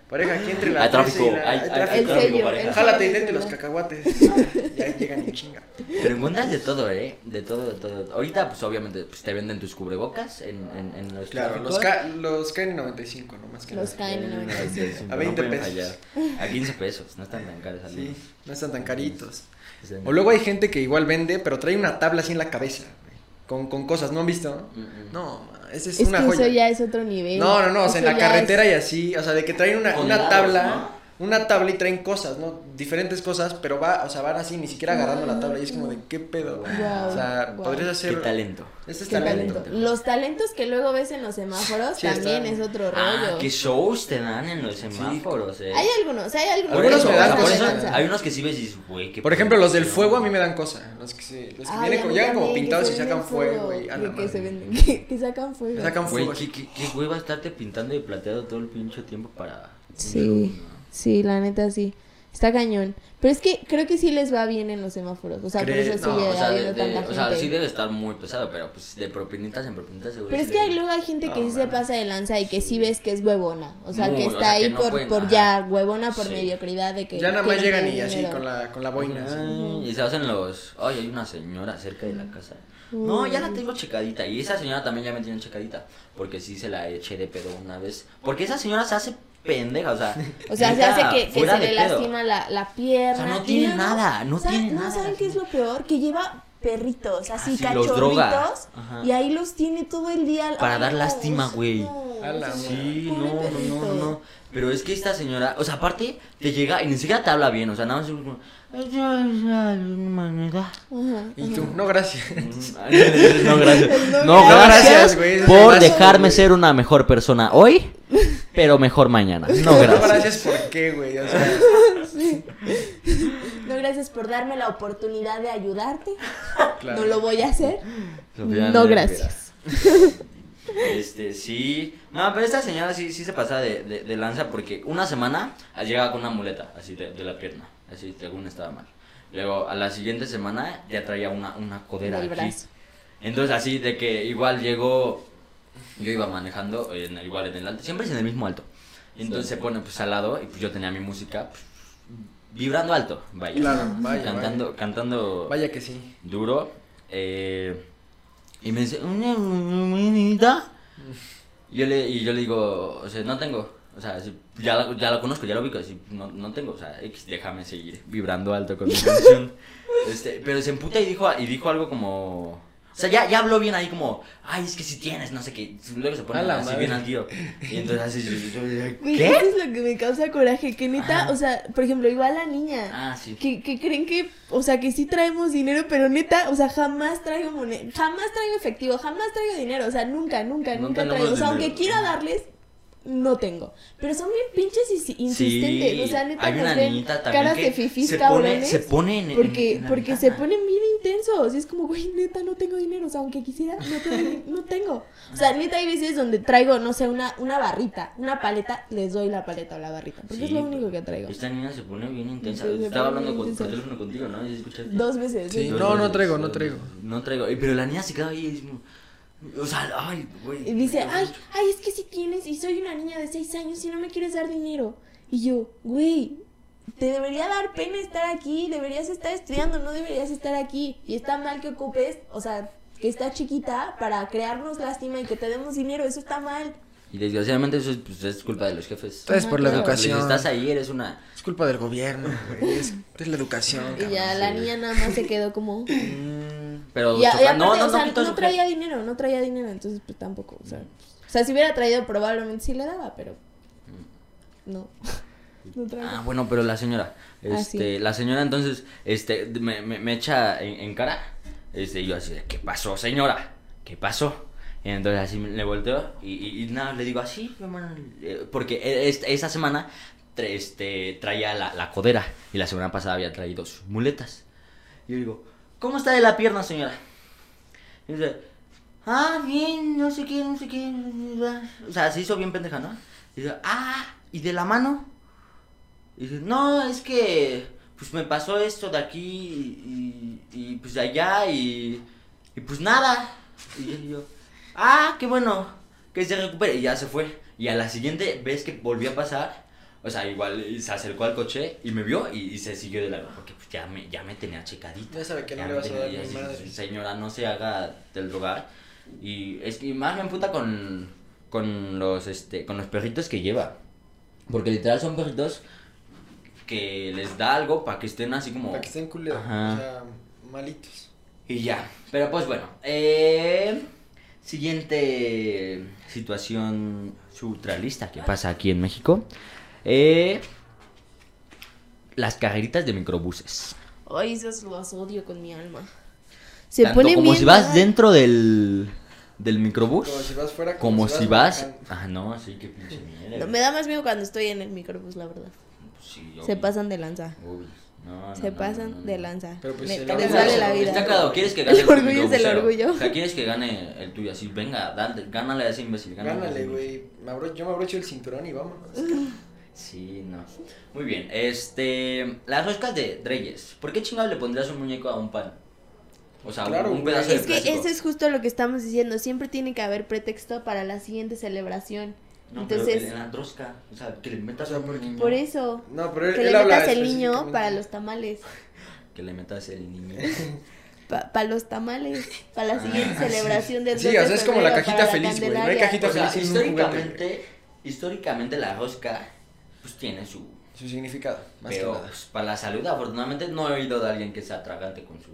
pareja, aquí entre la
Hay tráfico,
y la-
hay-
hay
hay
El
tráfico.
tráfico.
sello.
pareja.
el
Jálate y
sello
dente los
celular.
cacahuates. Ya llegan y chinga.
Pero encuentras de todo, ¿eh? De todo, de todo. Ahorita, pues obviamente, pues, te venden tus cubrebocas en, en, en los
Claro,
tráficos.
los, ca los caen 95, no más que
Los
nada.
caen en 95.
A 20
este, pueden
pesos.
fallar. A 15 pesos, no están tan caros.
Sí,
algunos.
no están tan caritos.
Están-
O luego hay gente que igual vende, pero trae una tabla así en la cabeza. güey, Con, con cosas, ¿no han visto?
Mm, mm.
No, ma, esa es,
Es
una
que
joya.
eso ya es otro nivel.
No, no, no, o sea, en
Eso
la
ya es-
carretera y así, o sea, de que traen una,
Con
una
lados,
tabla, una tabla y traen cosas, ¿no? Diferentes cosas, pero va, o sea, van así, ni siquiera agarrando la tabla y es como de, ¿qué pedo?
Guau,
o sea,
guau.
podrías
Qué
hacer...
talento.
Este es
Qué
talento.
talento. Los talentos que luego ves en los semáforos
Sí, está-
también es otro
Ah,
rollo.
qué shows te dan en los semáforos, eh.
Hay algunos, hay algunos.
Por
Algunos
eso,
me
o
dan
sea, por
cosas.
eso
vergüenza.
hay unos que sí ves y dices, güey, qué
Por ejemplo, los del
pedo.
fuego a mí me dan cosa. Los que, se, los que
Ay,
vienen
a
como-
mí
llegan como
también, que
pintados y ah,
se
sacan
venden fuego,
fuego, güey. a la
que, se
madre.
venden- que, que sacan fuego.
Sacan
Güey,
fuego.
¿qué, qué, qué güey va a estarte pintando y plateado todo el pinche tiempo para...
Sí, sí, la neta sí. Está cañón. Pero es que creo que sí les va bien en los semáforos. O sea, por
¿Crees?
eso sigue
No, o sea, de-
habiendo
de-
tanta
o sea,
gente.
sí debe estar muy pesado, pero pues de propinitas en propinitas seguro.
Pero es
sí
que
debe-
hay- luego hay gente que
No,
sí se
mames.
pasa de lanza y que sí ves que es huevona. O sea,
Muy,
que
o
está
sea, que
ahí
no
por,
pueden,
por
ajá.
ya huevona, por
Sí.
mediocridad de que...
Ya nada
que
más
no
llegan
tienen
y así
dinero.
con la, con la boina. así.
Ay, Y se hacen los... Ay, hay una señora cerca de la casa. No, ya la
Mm.
tengo checadita. Y esa señora también ya me tiene checadita. Porque sí se la eché de pedo una vez. Porque esa señora se hace pendeja, o sea...
O sea, se
neta,
hace que, que
fuera
se
de
le
pedo.
lastima la, la pierna.
O sea, no
y
tiene
luego,
nada, no
¿saben-
tiene
no,
nada,
¿Saben qué es
sí.
lo peor? Que lleva perritos, así,
sí, los droga.
cachorritos,
Ajá.
y ahí los tiene todo el día.
Para
Ay,
dar
no,
lástima, güey.
no,
A la
o sea,
Sí, no,
pobre
no, no,
perrito.
no, no. Pero es que esta señora, o sea, aparte te llega y ni siquiera te habla bien, o sea, nada más es como... "Ay, ay, ay, manera".
Ajá.
Y tú, no, gracias.
Mm. No, gracias.
No,
No,
gracias,
gracias
güey.
por
Eso es
dejarme
güey.
ser una mejor persona hoy, pero mejor mañana. No,
No,
gracias.
gracias, ¿por qué, güey? O sea,
No, gracias por darme la oportunidad de ayudarte.
claro.
No lo voy a hacer.
Sofía
no,
Andrea
gracias.
Este, sí. No, pero esta señora sí, sí se pasa de, de, de lanza porque una semana llegaba con una muleta, así de, de la pierna, así, según estaba mal. Luego, a la siguiente semana ya traía una, una codera
Del
aquí.
brazo.
Entonces, así de que igual llegó, yo iba manejando, en, el- igual en el alto, siempre es en el mismo alto. Entonces se pone pues al lado y pues, yo tenía mi música pues, vibrando alto, vaya.
Claro, vaya,
Cantando, cantando
Vaya que sí.
duro. eh, y me dice, una monedita. Y yo le, y yo le digo, o sea, no tengo. O sea, si- ya, la- ya la conozco, ya la ubico. si no, no tengo, o sea, X, déjame seguir vibrando alto con mi canción. Este, pero se emputa y dijo, y dijo algo como. O sea, ya, ya habló bien ahí como, ay, es que si tienes, no sé qué. Luego se pone
A la
así
madre.
bien al tío. Y entonces así, yo- yo- yo-
Güey,
¿qué?
Eso es lo que me causa coraje. Que neta,
Ajá.
o sea, por ejemplo, igual la niña.
Ah, sí.
que, que creen que, o sea, que sí traemos dinero, pero neta, o sea, jamás traigo moneda, jamás traigo efectivo, jamás traigo dinero, o sea, nunca, nunca,
No
nunca
tenemos
traigo, o
dinero.
sea, aunque quiera darles, no tengo. Pero son bien pinches y insistentes, o sea, neta,
hay
nos
una
ven
niñita también
caras
que
de fifís
se pone,
cabrones.
se pone en, en-
porque,
en la
porque se
ventana.
ponen bien intensos. Y es como, güey, neta, no tengo dinero. O sea, aunque quisiera, no tengo. no tengo. O sea, neta, hay veces donde traigo, no sé, una, una barrita, una paleta, les doy la paleta o la barrita. Porque es
Sí,
lo
pero
único que traigo.
Esta niña se pone bien intensa.
Se- se
Estaba
pone
hablando con,
bien
por
intensa.
teléfono contigo, ¿no? ¿Y escuchaste?
Dos veces.
Sí.
Dos
No, no
veces,
traigo,
dos
no
veces.
traigo.
No traigo. Y- Pero la niña se queda ahí. es como, O sea, ay, güey.
Y dice, ay, ay, es que si tienes, y soy una niña de seis años y no me quieres dar dinero. Y yo, güey, te debería dar pena estar aquí, deberías estar estudiando, no deberías estar aquí. Y está mal que ocupes, o sea, que está chiquita para crearnos lástima y que te demos dinero. Eso está mal.
Y desgraciadamente eso es, pues, es culpa de los jefes.
Todo es por la
O sea, cuando
educación.
dices, estás ahí, eres una...
Es culpa del gobierno, güey. Es, es la educación.
Y
cabrón.
ya la niña nada más se quedó como...
mm, Pero...
Y a- y
choca- no,
aparte,
no,
o sea,
no, quito eso.
traía dinero, no traía dinero, entonces pues tampoco, o sea, o sea, si hubiera traído probablemente sí le daba, pero no, no
Mm. Ah,
traía.
bueno, pero la señora,
Ah, sí.
este, la señora entonces, este, me, me, me echa en, en cara, este, y yo así, de, ¿qué pasó, señora? ¿Qué pasó? Y entonces así me- le volteo y, y- y nada, le digo así, mi hermano", eh, porque e- es- esa semana, tra- este, traía la, la codera y la semana pasada había traído sus muletas. Y yo digo, ¿cómo está de la pierna, señora? Y dice, ah, bien, no sé qué, no sé qué, o sea, se hizo bien pendeja, ¿no? Y dice, ah, ¿y de la mano? Y dices, no, es que pues me pasó esto de aquí y, y, pues de allá y, y pues nada. Y yo, y yo, ah, qué bueno, que se recupere. Y ya se fue. Y a la siguiente vez que volvió a pasar, o sea, igual y se acercó al coche y me vio y, y se siguió de largo. Porque pues ya me, ya me tenía checadita.
Ya sabe que no
Ya
le
me
vas a
tenía-
dar
y
ni
así,
madre.
Señora, no se haga del lugar. Y es que más me emputa con, con los, este, con los perritos que lleva. Porque literal son perritos que les da algo para que estén así como...
Para que estén culeros.
Ajá.
O sea, malitos.
Y ya. Pero pues bueno. eh, siguiente situación surrealista que pasa aquí en México. Eh, las carreritas de microbuses.
Ay, esos los odio con mi alma. Se
Tanto
ponen
como
bien
si vas
mal.
dentro del, del microbús.
Como si vas fuera.
Como si vas... Ah, no, sí, qué pinche mierda.
No, me da más miedo cuando estoy en el microbús, la verdad.
Sí,
Se
obvio.
pasan de lanza.
Uy, no, no,
Se
no,
pasan
no, no,
de
no.
lanza.
Pero pues
Me-
el
les
orgullo-
vale
Está
la vida.
claro, quieres que gane
El orgullo es el
microbusero.
orgullo.
O sea, quieres que gane el tuyo así. Venga, dale, gánale a ese imbécil. Gánale, a
Gánale,
ese imbécil.
güey. Me abro- Yo me abrocho el cinturón y vámonos.
Sí, no. Muy bien. Este. Las roscas de Reyes. ¿Por qué chingado le pondrías un muñeco a un pan? O sea,
Claro,
un
güey.
pedazo de
Es que
plástico.
eso es justo lo que estamos diciendo. Siempre tiene que haber pretexto para la siguiente celebración.
No, pero
Entonces,
en la rosca. O sea, que le metas
O sea,
un
porque-
niño,
por eso.
No, pero él,
Que
él
le
habla
metas el niño
específicamente.
para los tamales.
Que le metas el niño.
Para los tamales. Para la siguiente
Ah,
celebración del
Sí,
12
o sea, es como la
febrero,
cajita
para
feliz, güey. No hay
Candelaria.
cajita
o sea,
feliz en un juguete,
históricamente. Históricamente la rosca. Pues tiene su.
Su significado, más
pero
que nada.
pues, para la salud, afortunadamente, no he oído de alguien que se atragante con su,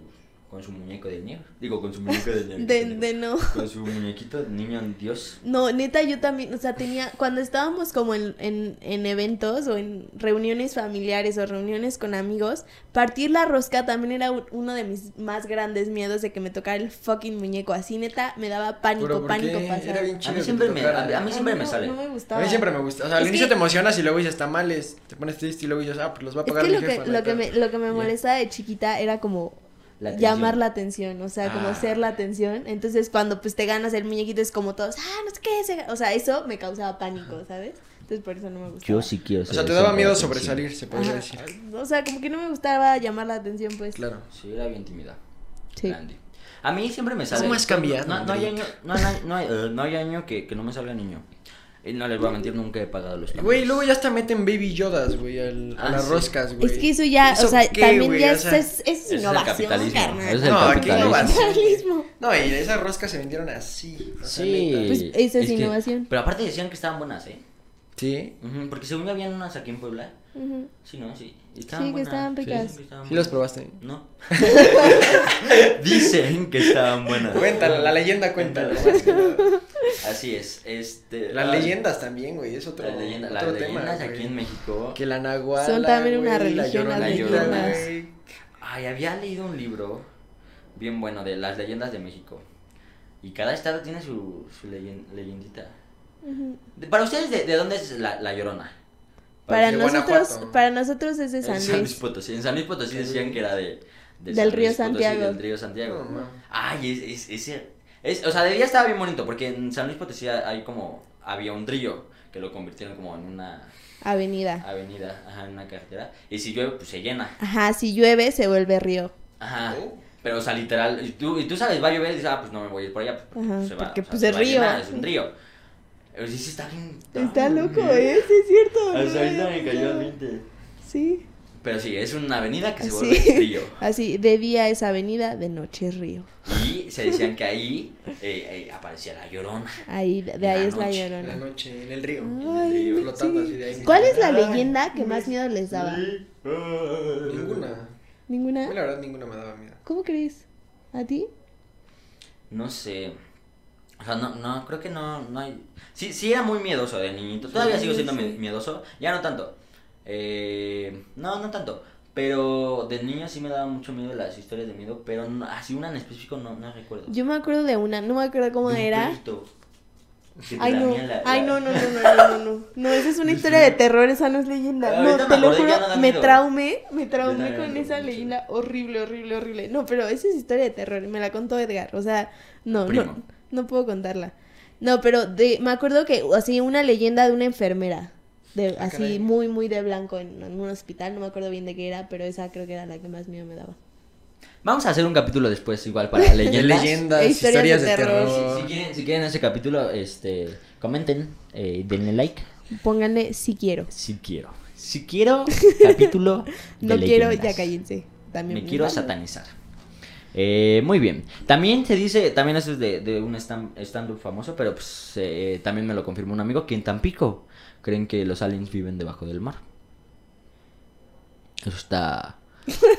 con su muñeco de nieve. Digo, con su muñeco de nieve.
De, de no.
Con su muñequito de niño Dios.
No, neta, yo también, o sea, tenía, cuando estábamos como en, en, en eventos o en reuniones familiares o reuniones con amigos, partir la rosca también era u- uno de mis más grandes miedos de que me tocara el fucking muñeco. Así, neta, me daba
Pero
pánico,
¿por
pánico
qué?
pasar.
Era bien
A
chido
mí
que
siempre
te
me,
tocara.
a, a mí siempre me
no,
sale.
no me
A
gustaba.
mí siempre me gusta. O sea, al
Es
inicio
que-
te emocionas y luego dices tamales. Te pones triste y luego dices, ah, pues los va a
Es
pagar
que
mi
lo que,
jefa, no hay
lo que me,
pedo.
lo que me
Ya.
molestaba de chiquita era como
La atención.
llamar la atención, o sea, como
Ah.
ser la atención. Entonces, cuando pues te ganas el muñequito es como todos, ah, no sé qué, se ga-". o sea, eso me causaba pánico, ¿sabes? Entonces, por eso no me gustaba.
Yo sí quiero
O
ser
sea, te
el
daba
centro de
miedo
atención.
sobresalir, se podría
Ajá.
decir.
O sea, como que no me gustaba llamar la atención, pues.
Claro.
Sí, era bien tímida.
Sí.
Andy. A mí siempre me sale.
¿Cómo has cambiado,
No, no hay
André?
año, no, hay- no hay, eh, no hay año que, que no me salga niño. Y no les voy a mentir, nunca he pagado los tamales.
Güey, luego ya hasta meten baby yodas, güey, al- a
Ah,
las
sí.
roscas, güey.
Es que eso ya, o
¿Eso
sea,
qué,
también
güey?
ya
O
es,
sea,
es, es
es el
innovación,
capitalismo,
carnal.
es el
No, aquí
capitalismo.
innovación.
Capitalismo.
No, y esas roscas se vendieron así. o sea,
Sí.
neta.
Pues, eso es
que-
innovación.
pero aparte decían que estaban buenas, ¿eh?
Sí.
Ujú, porque según yo habían unas aquí en Puebla.
Ujú.
Sí, no, sí.
Sí, que estaban ricas.
Sí, que estaban
¿Sí las
buenas.
probaste?
No. Dicen que estaban buenas.
Cuéntala, la leyenda cuéntala.
Así es. Este,
Las
ah,
leyendas también, güey, es otro,
Las leyendas, las
otro tema.
leyendas
güey.
aquí en México.
Que la nahuala,
Son también una
güey, la
religión, las
llorona,
leyendas.
güey.
Ay, había leído un libro bien bueno de las leyendas de México. Y cada estado tiene su, su leyen- leyendita.
Ujú.
De- Para ustedes, ¿de, de dónde es la, la llorona?
Para
de
nosotros,
Guanajuato.
para nosotros es de
En
San
San
Luis.
Luis Potosí. En San Luis Potosí decían que era de, de
Del
San
río
Luis Potosí,
Santiago.
Del río Santiago.
No, no.
Ay, es, es, ese- es- o sea, de día estaba bien bonito, porque en San Luis Potosí hay como, había un río que lo convirtieron como en una
Avenida.
avenida, ajá, en una carretera. Y si llueve, pues se llena.
Ajá, si llueve se vuelve río.
Ajá.
Oh.
Pero, o sea, literal, y tú, y tú sabes, va a llover y dices, ah, pues no me voy a ir por allá. pues,
Ajá,
se va,
porque,
o sea,
pues,
se
es
va a
río.
llenar, es un río. Pero sí, sí, está bien.
Está
bien.
loco, ¿eh? Sí, es cierto.
O sea,
no
Ah, ahorita me
había
cayó el
pensado.
20.
Sí.
Pero sí, es una avenida que se
Así.
vuelve río.
Así, de día es avenida, de noche es río.
Y se decían que ahí eh, eh, aparecía la llorona.
Ahí, de
La
ahí es la
noche,
En la
llorona.
noche, en el río.
Ay,
Flotando así de ahí.
sí. ¿Cuál es la
Ay,
leyenda que más miedo les daba?
Ninguna. A mí
¿Ninguna?
la verdad ninguna me daba miedo.
¿Cómo crees? ¿A ti?
No sé. O sea, no, no, creo que no, no hay... Sí, sí era muy miedoso de niñito. Todavía
Sí,
sigo siendo
sí.
mi- miedoso. Ya no tanto. Eh, no, no tanto. Pero de niño sí me daba mucho miedo las historias de miedo. Pero no- así una en específico no, no recuerdo.
Yo me acuerdo de una, no me acuerdo cómo
De un
era.
perrito que te
Ay, no.
lamía la-
Ay,
la-
no, no, no, no, no, no, no. No, esa es una historia de terror, esa no es leyenda.
Ahorita
No,
me
te lo
acordé, ya no
juro,
da
me
miedo.
traumé, me
Yo
traumé
también
con
me acuerdo
esa
mucho.
leyenda horrible, horrible, horrible. No, pero esa es historia de terror, y me la contó Edgar, o sea, no, no,
Primo.
no puedo contarla. No, pero de, me acuerdo que así una leyenda de una enfermera, de,
Ah,
así
caray.
muy, muy de blanco en, en un hospital, no me acuerdo bien de qué era, pero esa creo que era la que más miedo me daba.
Vamos a hacer un capítulo después igual para leyendas.
Leyendas,
E
historias, de, terror.
Si, si quieren, si quieren ese capítulo, este, comenten, eh, denle like.
Pónganle si quiero.
Si quiero. Si quiero, capítulo. de
No quiero,
leyendas.
ya cállense. También
Me quiero
vale.
satanizar. Eh, muy bien. También se dice, también eso es de, de un stand- stand-up famoso, pero pues eh, también me lo confirmó un amigo que en Tampico creen que los aliens viven debajo del mar. Eso está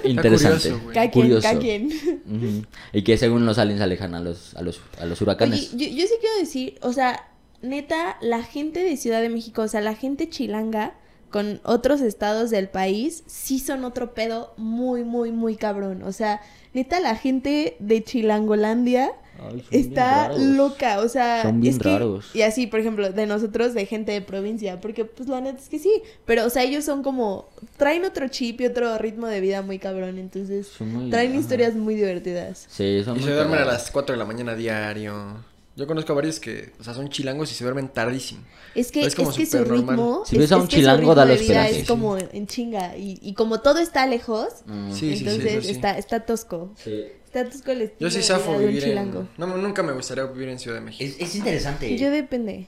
interesante.
curioso, güey.
Cada quien,
Curioso.
cada quien.
Ujú. Y que según los aliens alejan a los, a los, a los
Oye,
huracanes.
yo, yo sí quiero decir, o sea, neta, la gente de Ciudad de México, o sea, la gente chilanga con otros estados del país, sí son otro pedo muy, muy, muy cabrón. O sea, neta, la gente de Chilangolandia
Ay, son bien
está
raros.
loca, o sea,
Son bien
es que-
raros.
Y así, por ejemplo, de nosotros, de gente de provincia, porque pues la neta es que sí, pero o sea, ellos son como, traen otro chip y otro ritmo de vida muy cabrón, entonces
Son muy-
traen
ajá.
historias muy divertidas.
Sí, son
Y
muy
se duermen a
cagadas.
las 4 de la mañana diario. Yo conozco a varios que, o sea, son chilangos y se duermen tardísimo.
Es que,
Pero
es
es como
que su
supernormal.
ritmo.
Si
es-
ves a
es
un
que su
chilango,
ritmo
dalo
de vida
esperanza.
Es como en chinga. Y, y como todo está lejos,
Mm,
Sí, sí, sí,
entonces
eso sí.
Está, está tosco.
sí.
Está tosco el estilo
Yo sí
de
zafo
vida de un
vivir
chilango.
en... No, nunca me gustaría vivir en Ciudad de México.
Es, es interesante.
Yo depende.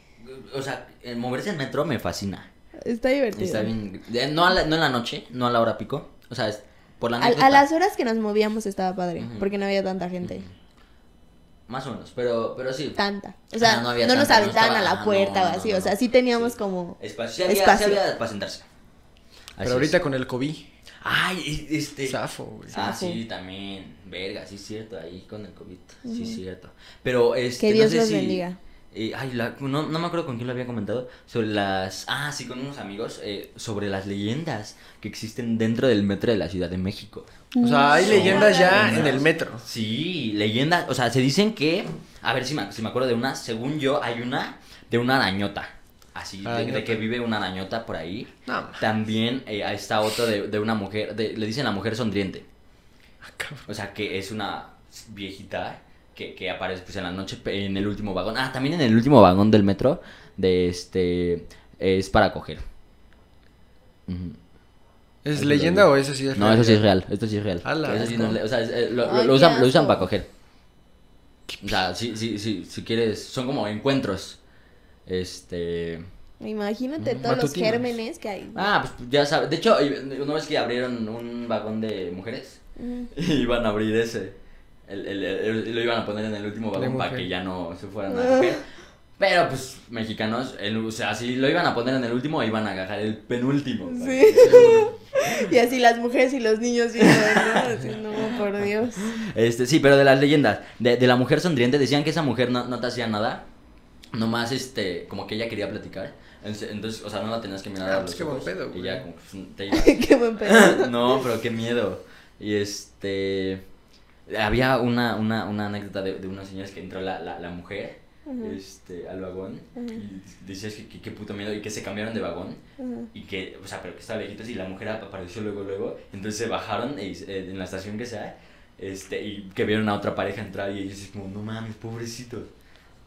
O sea, el moverse en metro me fascina.
Está divertido.
Está bien. eh, No, a la, no en la noche, no a la hora pico. O sea, es por la
A,
noche.
a las horas que nos movíamos estaba padre,
Ujú.
porque no había tanta gente.
Más o menos, pero, pero sí.
Tanta. O sea,
Ah, no
no,
había
nos
tanta, no
aventaban
estaba-
a
ah,
la puerta
no,
o
no,
así.
no,
o sea,
no.
sí teníamos
Sí.
como.
Espacio. Sí había,
Espacio.
sí había para sentarse. Así
Pero ahorita
es.
con el COVID,
Ay, e- este.
zafo, güey.
Ah,
Zafo.
sí, también. Verga, sí, es cierto. Ahí con el COVID. Sí, es cierto. Pero este.
Que Dios
no sé
los
si-
bendiga.
eh, ay, la- no, no me acuerdo con quién lo había comentado. Sobre las. Ah, sí, con unos amigos. eh, sobre las leyendas que existen dentro del metro de la Ciudad de México.
O sea, hay
Sí.
leyendas ya
Sí.
en el metro.
Sí, leyendas. O sea, se dicen que. A ver si me, si me acuerdo de una. Según yo, hay una de una arañota. Así, de- De,
Arañota.
que vive una arañota por ahí.
No, ma-
También eh, está otra de, de una mujer. de- le dicen la mujer sonriente.
ah, cabrón.
O sea, que es una viejita que, que aparece pues, en la noche pe- en el último vagón. Ah, también en el último vagón del metro. De este. Es para coger. Ujú.
¿Es
Ahí
leyenda
lo vi.
o eso sí es
No,
real?
eso sí es real. Esto sí es real.
¡Hala!
Eso sí no es le- o sea, es- eh, lo, lo-
Ay,
lo
qué
usan, lo usan
asco.
para coger. O sea, sí, sí, sí, si quieres, son como encuentros. Este.
Imagínate
Ujú.
todos los
Matutinos.
gérmenes que hay.
Ah, pues ya sabes. De hecho, eh, una vez que abrieron un vagón de mujeres,
Ujú.
iban a abrir ese. El, el- el- y lo iban a poner en el último
De
vagón para
mujer.
que ya no se fueran a coger. Pero pues, mexicanos, el, o sea, si lo iban a poner en el último, iban a agarrar el penúltimo. para
Sí.
que-
Y así las mujeres y los niños viendo, ¿no? Así, no, por Dios.
Este, sí, pero de las leyendas. De, de la mujer sonriente, decían que esa mujer no, no te hacía nada. Nomás, este, como que ella quería platicar. Ence- Entonces, o sea, no la tenías que mirar
Ah,
a
pues
los
qué buen
ojos,
pedo,
Y
güey.
ya, como que pues, te iba.
Qué buen pedo.
no, pero qué miedo. Y este. Había una, una, una anécdota de, de unos señores que entró la, la, la mujer
Ajá.
este, al vagón
Ajá.
y decías que que- qué puto miedo y que se cambiaron de vagón
Ajá.
y que, o sea, pero que estaba lejitos y la mujer apareció luego, luego, entonces se bajaron y, eh, en la estación que sea, este, y que vieron a otra pareja entrar y ellos así como, no mames, pobrecito,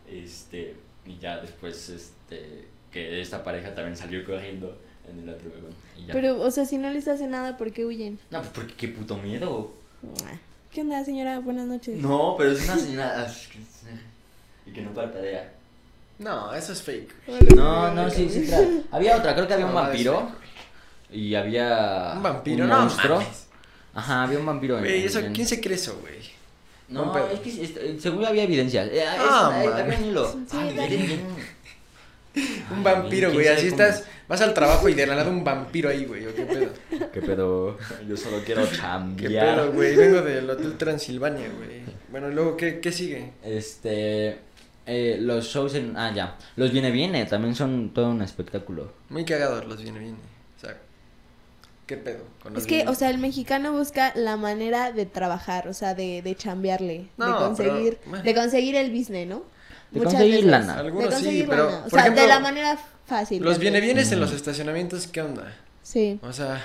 este, y ya después, este, que esta pareja también salió corriendo en el otro vagón, y ya.
Pero, o sea, si no les hace nada, ¿por qué huyen?
No, pues porque qué puto miedo.
¿Qué onda, señora? Buenas noches.
No, pero es una señora, ah, es que- y que no parpadea.
No, eso es fake. güey.
Hola,
No,
señora.
no, sí, sí, claro. Había otra, creo que había un
No, es
vampiro.
fake, güey.
Y, y había
Un vampiro, no mames.
Ajá, había un vampiro en-
Güey,
en-
eso,
en-
¿quién se cree eso, güey? Buen
No,
pedo.
es que es- es- según yo había evidencias. Eh, ah,
Ah,
es- eh,
man.
había un hilo.
Sí,
Ah,
dale.
miren, miren.
Un vampiro,
¿quién
güey.
sabe
Así
cómo?
estás, vas al trabajo y de la nada un vampiro ahí, güey. ¿o ¿Qué pedo?
¿Qué pedo? Yo solo quiero
¿Qué
chambear.
pedo, güey? Vengo del Hotel Transilvania, güey. Bueno, luego, ¿qué, qué sigue?
Este. eh, los shows en. Ah, ya. Los Viene Viene también son todo un espectáculo.
Muy cagados los viene, viene. O sea, ¿qué pedo? con los
Es que,
viene?
o sea, el mexicano busca la manera de trabajar, o sea, de, de chambearle, de
No,
conseguir,
pero, bueno.
de conseguir el business, ¿no?
De conseguir lana.
Algunos
de conseguir
sí, pero,
lana. O
por
sea, de
ejemplo,
la manera fácil.
Los
también.
viene, vienes en
Ujú.
los estacionamientos, ¿qué onda?
Sí.
O sea,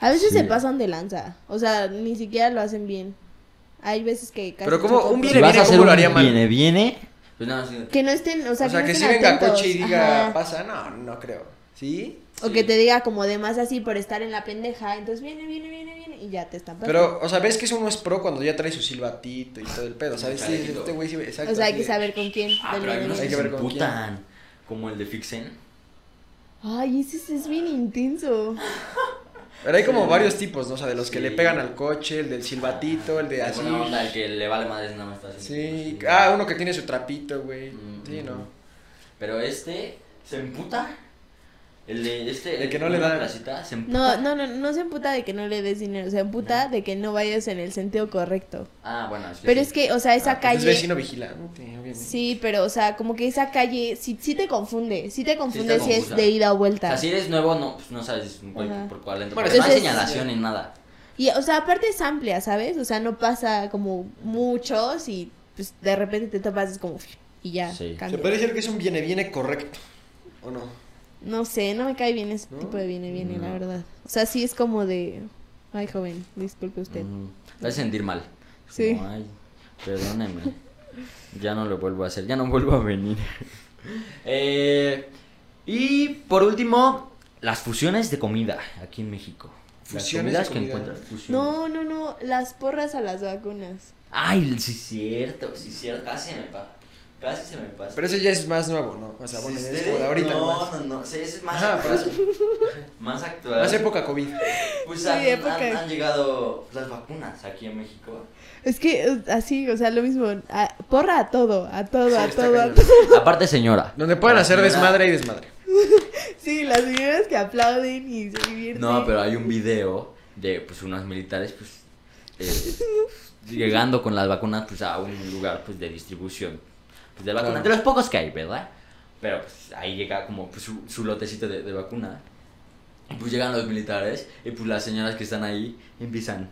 A veces
Sí.
se pasan de lanza, o sea, ni siquiera lo hacen bien. Hay veces que casi
Pero como
chocan
un
por-
Viene,
si vas
viene,
a hacer
¿cómo
un
lo haría mal?
Viene Viene. Pues nada, sí.
que no estén, o sea,
o sea
que,
que,
no
si
estén
venga
atentos,
coche y diga,
ajá.
pasa, no, no creo. ¿Sí?
O que te diga como de más así por estar en la pendeja, entonces viene, viene, viene, viene y ya te están pasando.
Pero, o sea, ves que eso no es pro cuando ya trae su silbatito y todo el pedo, ¿sabes? Sí,
Exacto.
este güey sí, exacto.
o sea, hay
así
que
de-
saber con quién.
Ah,
del
pero hay
viene,
unos que
viene.
Hay que
se
ver con quién.
emputan. Como el de Fixen.
Ay, ese sí es bien intenso.
Pero hay como varios tipos, ¿no? O sea, de los que
Sí.
le pegan al coche, el del silbatito, el de así.
Buena onda, el que le vale madres nada más está así.
Sí,
Así.
ah, uno que tiene su trapito, güey.
Mm,
Sí,
mm, mm.
no.
Pero este se emputa. El de este.
El que no le
de
da-
Placita, se emputa.
No, no, no, no se emputa de que no le des dinero, se emputa de que no vayas en el sentido correcto.
Ah, bueno. Es que
Pero
sí.
es que, o sea, esa
Ah, pues
calle...
Es vecino vigilante, obviamente.
Sí, pero, o sea, como que esa calle sí, sí te confunde, sí te confunde si es
confusa.
de ida o
O sea,
vuelta.
si eres nuevo, no, pues no sabes güey,
Ajá.
por cuál entro.
Bueno,
Pero no hay
entonces-
señalación ni nada.
Y, o sea, aparte es amplia, ¿sabes? O sea, no pasa como muchos y pues de repente te topas es como... Y ya,
Sí.
Se
cambia.
puede decir que es un viene-viene correcto, ¿o no?
No sé, no me cae bien ese
¿No?
tipo de viene, viene, la
No.
verdad. O sea, sí es como de... Ay, joven, disculpe usted.
Mm, te hace sentir mal. Es
Sí.
como, Ay, perdóneme. ya no lo vuelvo a hacer, ya no vuelvo a venir. Eh, y por último, las fusiones de comida aquí en México.
Fusiones de
las comidas que
comida.
encuentras. fusiones.
No, no, no, las porras a las vacunas.
Ay, sí, cierto, sí, cierto. Casi se me pasa. Casi se me pasa.
Pero eso ya es más nuevo, ¿no? O sea, bueno,
Sí,
ya es
sí,
como de ahorita.
No,
más.
no, no. sí, es más
Ajá, pues. por
actual. Más actual.
Más época COVID.
Pues
Sí,
han, han-
época.
han llegado las vacunas aquí en México.
Es que eh, así, o sea, lo mismo. a- porra a todo, a todo,
Sí,
a
está
todo. a
cañón.
todo.
Aparte, señora.
Donde pueden
La
hacer
señora-
desmadre y desmadre.
Sí, las señoras que aplauden y se divierten.
No, pero hay un video de pues unos militares pues eh, llegando con las vacunas pues a un lugar pues de distribución pues de vacunas,
Claro.
de los pocos que hay, ¿verdad? Pero pues ahí llega como pues, su, su lotecito de, de vacuna. Y pues llegan los militares y pues las señoras que están ahí empiezan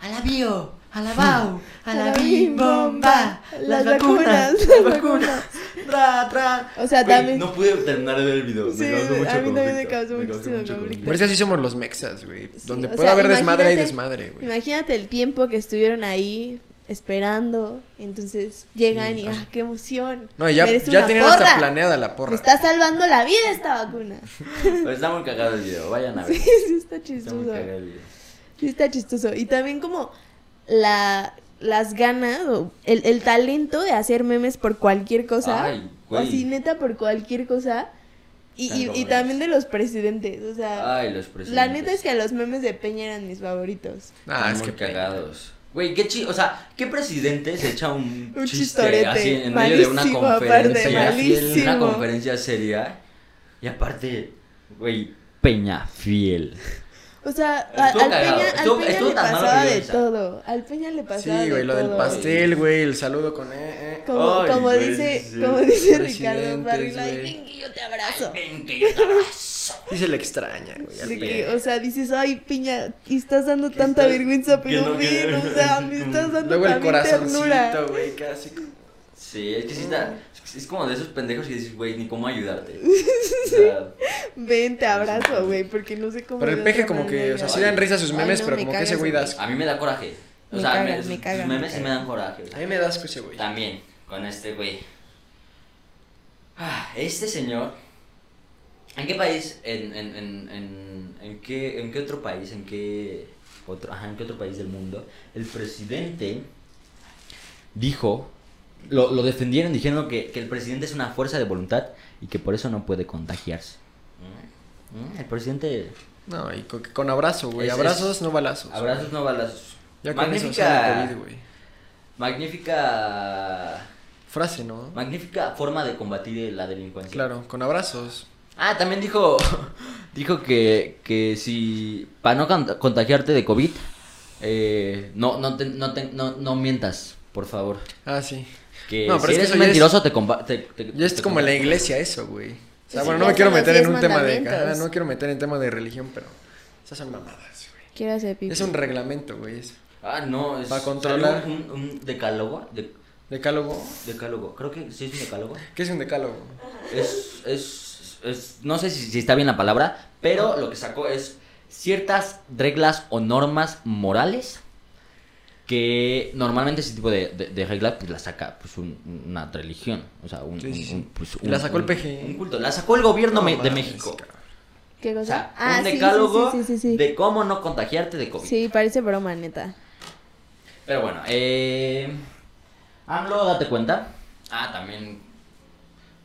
a la bio, a la bau, a la bim bomba, las vacunas, las vacunas, tra tra.
O sea,
Güey,
también.
no pude terminar de ver el video.
Sí,
me causó
a
mucho
mí también me
conflicto,
causó muchísimo
mucho
conflicto.
Por eso así somos los mexas, güey.
Sí,
Donde
o
puede
sea,
haber desmadre y
imagínate-
desmadre, güey.
Imagínate el tiempo que estuvieron ahí esperando. Entonces llegan
Sí,
y,
ay.
ah, qué emoción.
No, y ya,
merece
ya
una
tenían
porra.
hasta planeada la
Me
porra.
está salvando la vida esta vacuna.
Pero está muy cagado el video, vayan a ver.
Sí, sí
Está
está
muy
chistoso.
cagado el video.
Sí, está chistoso. Y también como la, las ganas, o el, el talento de hacer memes por cualquier cosa.
Ay, güey.
Así, neta, por cualquier cosa. Y,
Tan
y- y
cabrones.
también de los presidentes. O sea,
Ay, los presidentes.
Ah, la neta es que los memes de Peña eran mis favoritos.
Ah,
Están
es
muy
que
cagados. Güey, qué chi, o sea, ¿qué presidente se echa un,
Un
chiste
chistorete,
así en medio de
malísimo
una
aparte,
conferencia, así en una
malísimo.
conferencia seria? Y aparte, güey, Peña Fiel.
O sea, a-
Estuvo
al
cagado.
Peña,
Estuvo-
al Peña
estuvo
le
tan malo que
pasaba
dio
de
risa.
todo. Al Peña le pasaba
Sí, güey,
de
lo del
todo.
pastel, güey, el saludo con eh, eh.
Como,
Ay,
como
güey,
dice,
sí.
como dice Ricardo
Presidentes,
Barrila,
güey.
ven que yo te abrazo.
Ven que yo te abrazo.
Y se le extraña, güey. al
De
Peña.
que, o sea, dices, ay, Piña, y estás dando tanta
estás-
vergüenza,
que
pero
no, que-
ven, o sea, me estás
Peña.
dando
Luego el
también ternura.
corazoncito, güey, casi.
Sí, es que sí está, es como de esos pendejos que dices, güey, ni cómo ayudarte. O sea,
Ven, te abrazo, güey, porque no sé cómo.
Pero el
de
peje
otra
como que,
manera.
o sea,
Ay,
sí dan risa sus
ay,
memes,
no,
pero
me
como que ese
cagas,
güey
güey.
das.
a mí me da coraje. O
Me
sea,
cagan,
sus-
me cagan,
sus
me
memes sí me
cagan.
dan coraje. o sea.
A mí me das ese güey.
Pues También, con este güey. Ah, Este señor. ¿En qué país? En, en, en, en, en qué, ¿En qué otro país? ¿En qué otro, ajá, ¿En qué otro país del mundo? El presidente dijo. Lo, lo defendieron diciendo que, que el presidente es una fuerza de voluntad y que por eso no puede contagiarse. Mm, El presidente.
No, y con, con abrazo, güey.
Es-
Abrazos,
es-
no balazos.
Abrazos, no balazos.
Ya con eso sana
magnífica.
COVID, güey.
magnífica.
Frase, ¿no?
Magnífica forma de combatir la delincuencia.
Claro, con abrazos.
Ah, también dijo. Dijo que, que si. Para no cont- contagiarte de COVID. eh, no, no, te- no, te- no, no mientas, por favor.
Ah, sí.
Que
No,
si
pero es que
eres
eso
un
ya es-
mentiroso, te, compa- te, te-
Ya es
te
como la
compa-
iglesia eso, güey. O sea,
Sí,
bueno,
ya
no me quiero
son los
meter en
diez
un tema de...
mandamientos.
ajá, no me quiero meter en tema de religión, pero... Esas son mamadas, güey.
Quiero hacer pipí.
Es un reglamento, güey. es
Ah, no, es.
Pa' controlar.
salió Un, un decálogo. de-
Decálogo.
decálogo. Creo que sí es un decálogo.
¿Qué es un decálogo?
Es. es, es- no sé si, si está bien la palabra. Pero lo que sacó es ciertas reglas o normas morales. Que normalmente ese tipo de, de- de reglas pues, las saca pues, un- una religión. O sea, un.
Sí, sí, sí.
un- un- pues,
La
un-
sacó el
un-
PG.
Un culto. La sacó el gobierno
No
me- de
mames,
México.
cabrón.
¿Qué cosa?
O sea,
ah,
un
sí, sí,
decálogo
sí, sí, sí, sí.
de cómo no contagiarte de COVID.
Sí, parece broma, neta.
Pero bueno, eh. AMLO, date cuenta. Ah, también.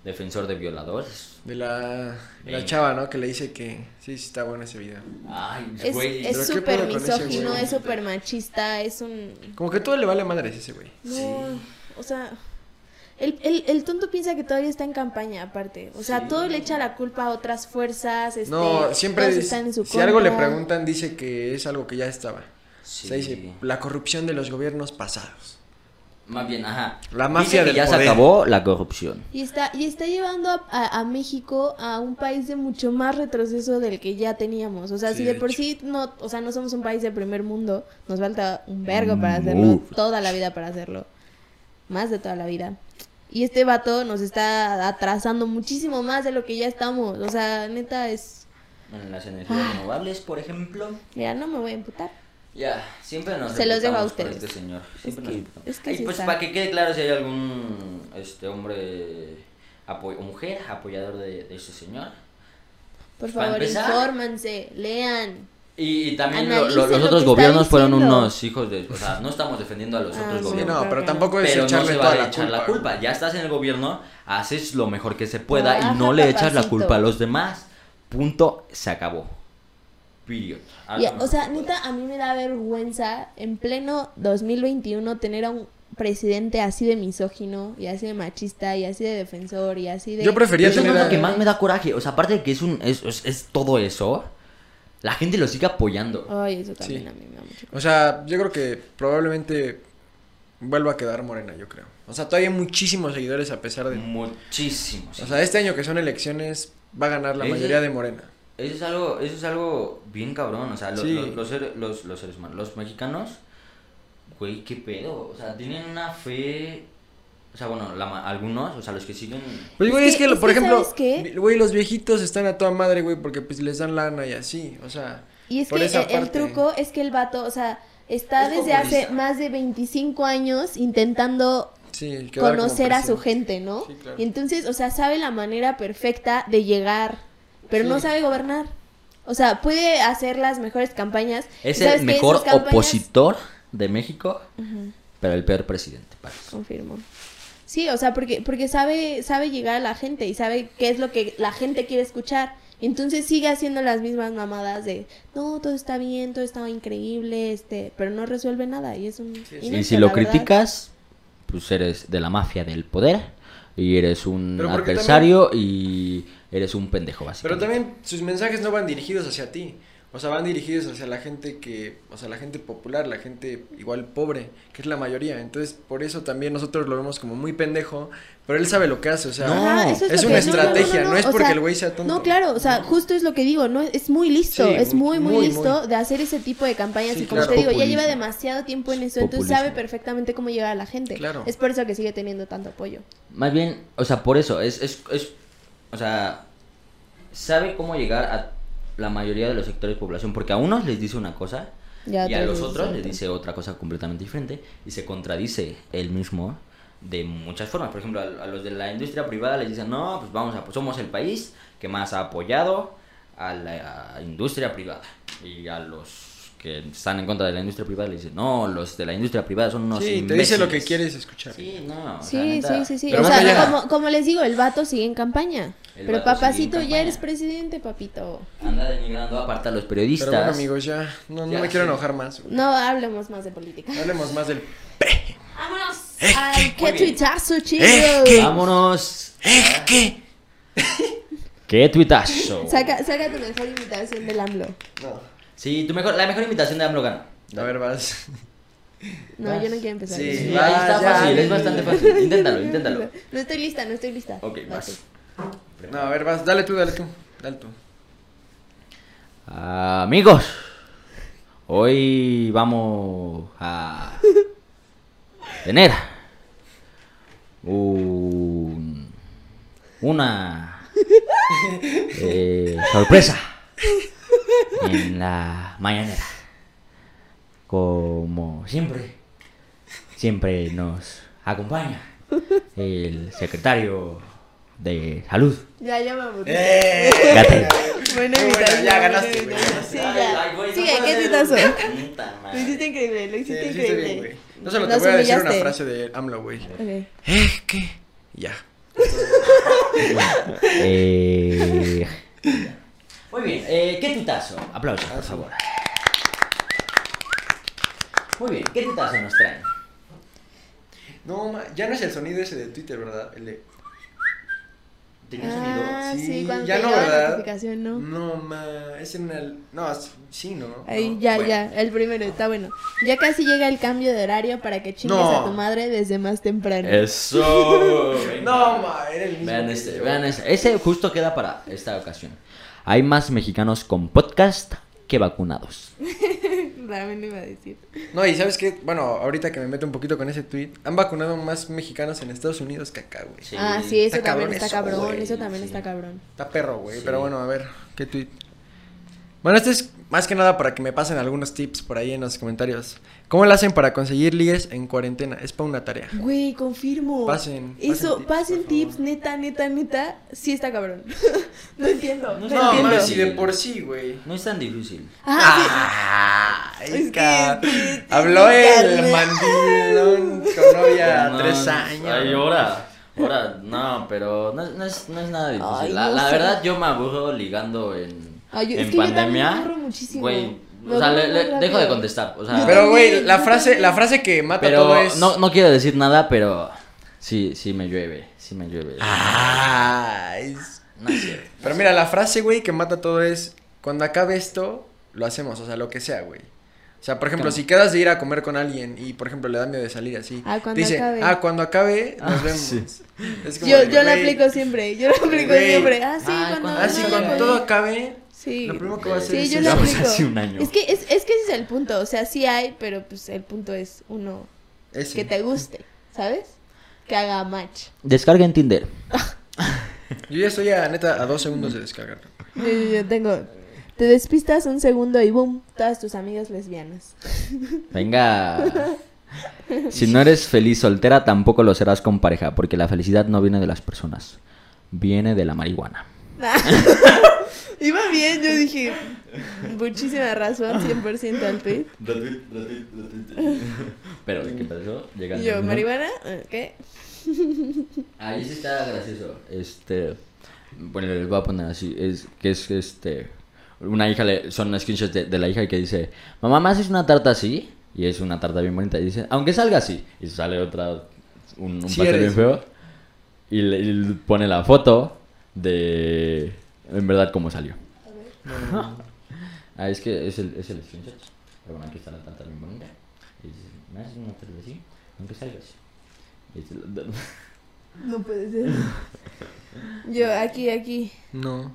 Defensor de violadores.
De la, de la
Eh.
chava, ¿no? Que le dice que sí, sí está bueno ese video.
Ay,
Es
güey.
es
¿pero qué
súper
pedo con ese
misógino,
güey?
es súper machista, es un...
Como que todo le vale madres ese güey.
No,
Sí.
o sea... El, el, el tonto piensa que todavía está en campaña, aparte. O sea,
Sí.
todo le echa la culpa a otras fuerzas. Este,
No, siempre
todos
dice-
están en su
si algo le
contra.
preguntan dice que es algo que ya estaba.
Sí.
Se dice la corrupción de los gobiernos pasados.
Más bien, ajá.
La
Dice
mafia
que
del
ya
poder.
se acabó la corrupción.
Y está, y está llevando a, a- a México a un país de mucho más retroceso del que ya teníamos. O sea,
Sí,
si
de
de por
hecho.
sí no, o sea, no somos un país de primer mundo, nos falta un vergo para hacerlo,
Mucho.
toda la vida para hacerlo. Más de toda la vida. Y este vato nos está atrasando muchísimo más de lo que ya estamos. O sea, neta es.
En las energías renovables, por ejemplo.
Mira, no me voy a emputar.
Ya, siempre nos
Se los dejo a
emputamos por
ustedes.
Este señor. Siempre
que-
nos emputamos.
es que
Ay,
sí
pues
está.
para que quede claro si hay algún este hombre apo- o mujer apoyador de, de este señor.
Por
Para
favor,
empezar-
infórmense, lean.
Y, y también lo- lo-
Analicen lo
los
que
otros
está
gobiernos fueron
diciendo.
unos hijos de... O sea, no estamos defendiendo a los
Ah,
otros
sí,
Sí,
gobiernos.
no,
Pero
pero
no.
tampoco es
pero no
echarle
se
toda
vale
la,
echar la
culpa, güey.
culpa. Ya estás en el gobierno, haces lo mejor que se pueda y no
Trabaja,
le echas la
papacito.
culpa a los demás. Punto, se acabó. Period. Haz
Y,
lo mejor
o sea,
que puedas.
neta, a mí me da vergüenza en pleno 2021 tener a un presidente así de misógino y así de machista y así de defensor y así de...
Yo prefería
Pero eso no es
tener
lo que
a-
más me da coraje. O sea, aparte de que es un es, es- es todo eso, la gente lo sigue apoyando.
Ay, eso también
Sí.
a mí me da mucho...
O sea, yo creo que probablemente vuelva a quedar morena, yo creo. O sea, todavía hay muchísimos seguidores a pesar
Mm.
de...
Muchísimo. sí.
O sea, este año que son elecciones va a ganar la
Ese-
mayoría de morena.
Eso es algo, eso es algo bien cabrón. O sea, lo-
Sí.
lo- los, ser- los, los seres humanos, los mexicanos, güey, qué pedo. O sea, tienen una fe. O sea, bueno, la ma- algunos, o sea, los que siguen.
Pues,
Es
güey,
que-
es que,
es
por
que,
ejemplo,
¿sabes qué?
güey, los viejitos están a toda madre, güey, porque pues les dan lana y así, o sea...
Y es
por
que el,
esa
el
parte.
truco es que el vato, o sea, está
Es
desde hace
populista.
más de 25 años intentando
Sí, quedar como
conocer a su
presidente.
gente, ¿no?
Sí, claro.
Y entonces, o sea, sabe la manera perfecta de llegar, pero no
Sí.
sabe gobernar. O sea, puede hacer las mejores campañas.
Es
¿Y sabes
el
qué?
mejor
Sus campañas-
opositor de México,
Ujú.
pero el peor presidente. parece.
Confirmo. Sí, o sea, porque, porque sabe, sabe llegar a la gente y sabe qué es lo que la gente quiere escuchar. Entonces sigue haciendo las mismas mamadas de, no, todo está bien, todo está increíble, este, pero no resuelve nada y es un...
sí.
inepto,
Y si lo
la verdad.
criticas, pues eres de la mafia del poder y eres un
Pero porque
adversario y eres un pendejo,
Pero
básicamente.
también sus mensajes no van dirigidos hacia ti. O sea, van dirigidos hacia la gente que, o sea, la gente popular, la gente igual pobre, que es la mayoría. Entonces, por eso también nosotros lo vemos como muy pendejo, pero él sabe lo que hace, o sea,
No,
Ajá, Ah, eso
es
lo
una
que- no, no, no,
estrategia, no es
o
porque el güey sea tonto.
No, claro, o sea, justo es lo que digo, no es muy listo,
Sí,
es muy, muy,
muy,
listo
muy.
de hacer ese tipo de campañas
Sí,
y como
claro.
te digo, ya
Populismo.
lleva demasiado tiempo en eso, entonces
Populismo.
sabe perfectamente cómo llegar a la gente.
Claro.
Es por eso que sigue teniendo tanto apoyo.
Más bien, o sea, por eso, es, es, es, o sea, sabe cómo llegar a la mayoría de los sectores de población, porque a unos les dice una cosa
Ya
y a
te
los
dices
otros
otra.
les dice otra cosa completamente diferente y se contradice él mismo de muchas formas. Por ejemplo, a, a los de la industria privada les dicen, no, pues vamos a, pues somos el país que más ha apoyado a la industria privada y a los que están en contra de la industria privada le dicen, no, los de la industria privada son unos
sí, te
imbéciles".
dice lo que quieres escuchar.
Sí, no. o sea,
Sí,
neta.
sí, sí, sí.
Pero
O
más
sea,
allá.
como, como les digo, el vato sigue en campaña.
El vato sigue
Pero
en
papacito, ya
campaña.
eres presidente, papito.
Anda denigrando aparte a los
Pero
periodistas.
bueno, amigos, ya. No, no
Ya,
me quiero
sí.
enojar más. güey.
No hablemos más de política.
Hablemos más del.
Vámonos.
Eh,
Ay,
Muy
qué
bien.
tuitazo, chicos.
Vámonos.
¿Eh?
Ah.
¿Qué?
¿Qué tuitazo?
Saca, saca tu mejor invitación del AMLO.
No.
Sí, tu mejor, la mejor invitación de AMLO gana.
A ver, vas.
No, yo no quiero empezar.
Sí,
Sí,
Yo-
ahí está
vaya.
fácil, es bastante fácil. Inténtalo, inténtalo.
No estoy lista, no estoy lista.
Ok,
Vas.
vas.
No, a ver, vas. Dale tú, dale tú. Dale tú.
Amigos, hoy vamos a tener un- una eh, sorpresa en la mañanera. Como siempre, siempre nos acompaña el secretario de salud.
Ya, ya me aburrí.
Eh. Gatel.
Buena
Muy buena,
invitación.
Eh, ya
buena
ganaste, güey,
invitación. Sí,
ganaste.
ya. Sigue, ¿qué tuitazo? Lo hiciste increíble, lo
Sí,
hiciste
lo hiciste
increíble.
bien, güey. No solo te voy a decir una frase de AMLO, güey.
Ok.
¿Eh? ¿Qué? Ya.
Eh, Muy bien, eh, ¿qué tutazo? Aplausos, por
Aplausos.
favor. Muy bien, ¿qué tutazo nos traen?
No, ma- ya no es el sonido ese de Twitter, ¿verdad? El de.
¿Tenía
Ah,
sonido.
sí,
Sí,
cuando
ya
te
no,
llegaba la
¿verdad?
notificación, ¿no?
No, ma. Es en el. No, es- sí, ¿no?
Ahí,
No.
ya,
Bueno.
ya, el primero, está bueno. Ya casi llega el cambio de horario para que chingues
No.
a tu madre desde más temprano.
Eso.
No, ma. Era el mismo.
Vean
que
este,
yo.
vean este. Ese justo queda para esta ocasión. Hay más mexicanos con podcast que vacunados.
También lo iba a decir.
No, y sabes qué, bueno, ahorita que me meto un poquito con ese tweet, han vacunado más mexicanos en Estados Unidos que acá, güey.
ah, sí, eso
Está
también
cabrón
está
eso,
cabrón,
güey,
eso también
sí.
está cabrón.
Está perro, güey.
Sí.
Pero bueno, a ver, ¿qué tweet? Bueno, este es más que nada para que me pasen algunos tips por ahí en los comentarios. ¿Cómo lo hacen para conseguir ligues en cuarentena? Es para una tarea.
Güey, confirmo.
Pasen, pasen
Eso,
tips,
pasen
por
tips,
favor.
neta, neta, neta, sí está cabrón. no entiendo,
No,
no,
No,
entiendo.
mames,
sí.
si de por sí, güey.
No es tan difícil.
Ah,
Ah,
Es que-
ca-
que-
Habló
que-
el
que-
mandilón con novia
No,
tres
no,
años.
Ay, ahora, ahora, no, pero no, no es, no es nada difícil.
Ay,
la
no
la
sé.
verdad, yo me aburro ligando en,
Ay, yo-
en
es que yo
pandemia.
también me aburro muchísimo.
Güey,
Me
o sea,
aburro
le- le-
muy rápido.
dejo de contestar. O sea,
Pero, güey,
también,
la
yo
frase,
también.
la frase que mata
pero
todo es.
no, no quiero decir nada, pero sí, sí me llueve. Sí me llueve.
Ah, es-
No es cierto.
Pero mira, la frase, güey, que mata todo es, cuando acabe esto, lo hacemos, o sea, lo que sea, güey. O sea, por ejemplo,
¿Cómo?
si quedas de ir a comer con alguien y, por ejemplo, le da miedo de salir así.
Ah, cuando
te dice,
acabe.
ah, cuando acabe, nos
Ah,
vemos.
sí.
Es como
yo,
de,
yo la
güey,
aplico siempre, yo la aplico
Güey.
siempre. Ah, sí,
Ay,
cuando,
cuando-
Ah, sí,
No,
cuando
güey.
todo acabe,
Sí.
lo primero que voy a hacer
Sí,
es
yo
eso.
la
Ya pasó
aplico.
hace un año.
Es que es, es que ese es el punto, o sea, sí hay, pero pues el punto es uno
Ese.
que te guste, ¿sabes? Que haga match.
Descarga en Tinder.
Yo ya estoy a, neta, a dos segundos de descargar.
Yo, yo- yo tengo te despistas un segundo y boom, todas tus amigas lesbianas.
Venga. Si no eres feliz soltera, tampoco lo serás con pareja, porque la felicidad no viene de las personas, viene de la marihuana.
Iba bien, yo dije, muchísima razón, 100% al tweet.
Pero, ¿qué pasó? Llegando.
Y yo, marihuana, eh, ¿qué?
Ahí sí está gracioso. Este. Bueno, les voy a poner así: es que es este. Una hija le. Son screenshots de, de la hija que dice: Mamá, ¿me haces una tarta así? Y es una tarta bien bonita. Y dice: Aunque salga así. Y sale otra. Un, un
Sí
pastel
eres.
bien feo. Y, le, y pone la foto de. En verdad, cómo salió. Ah, es que es el, es el screenshot. Pero bueno, aquí está la tarta bien bonita. Y dice: ¿Me haces una tarta así? Aunque salga así. Y dice,
No puede ser. Yo, aquí, aquí.
No.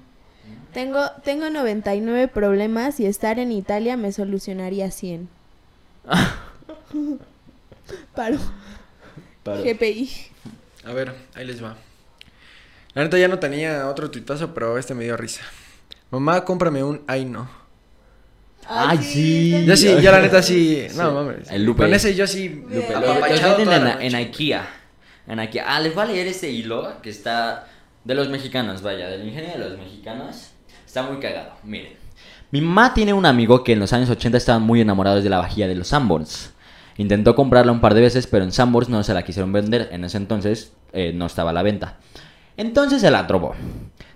Tengo, tengo 99 problemas y estar en Italia me solucionaría 100. Paro.
Paro.
GPI.
A ver, ahí les va. La neta ya no tenía otro tuitazo, pero este me dio risa. Mamá, cómprame un Aino.
Ay, sí.
Yo sí, yo la neta sí.
Sí.
No mames.
El Lupe.
Con ese yo sí.
Lupe.
Pero
Apapachado
los
toda
venden en,
la
en
noche.
IKEA. En IKEA. Ah, les voy a leer este hilo que está de los mexicanos, vaya, del ingenio de los mexicanos. Está muy cagado. Miren. Mi mamá tiene un amigo que en los años 80 estaban muy enamorados de la vajilla de los Sanborns. Intentó comprarla un par de veces, pero en Sanborns no se la quisieron vender. En ese entonces eh, no estaba a la venta. Entonces se la robó.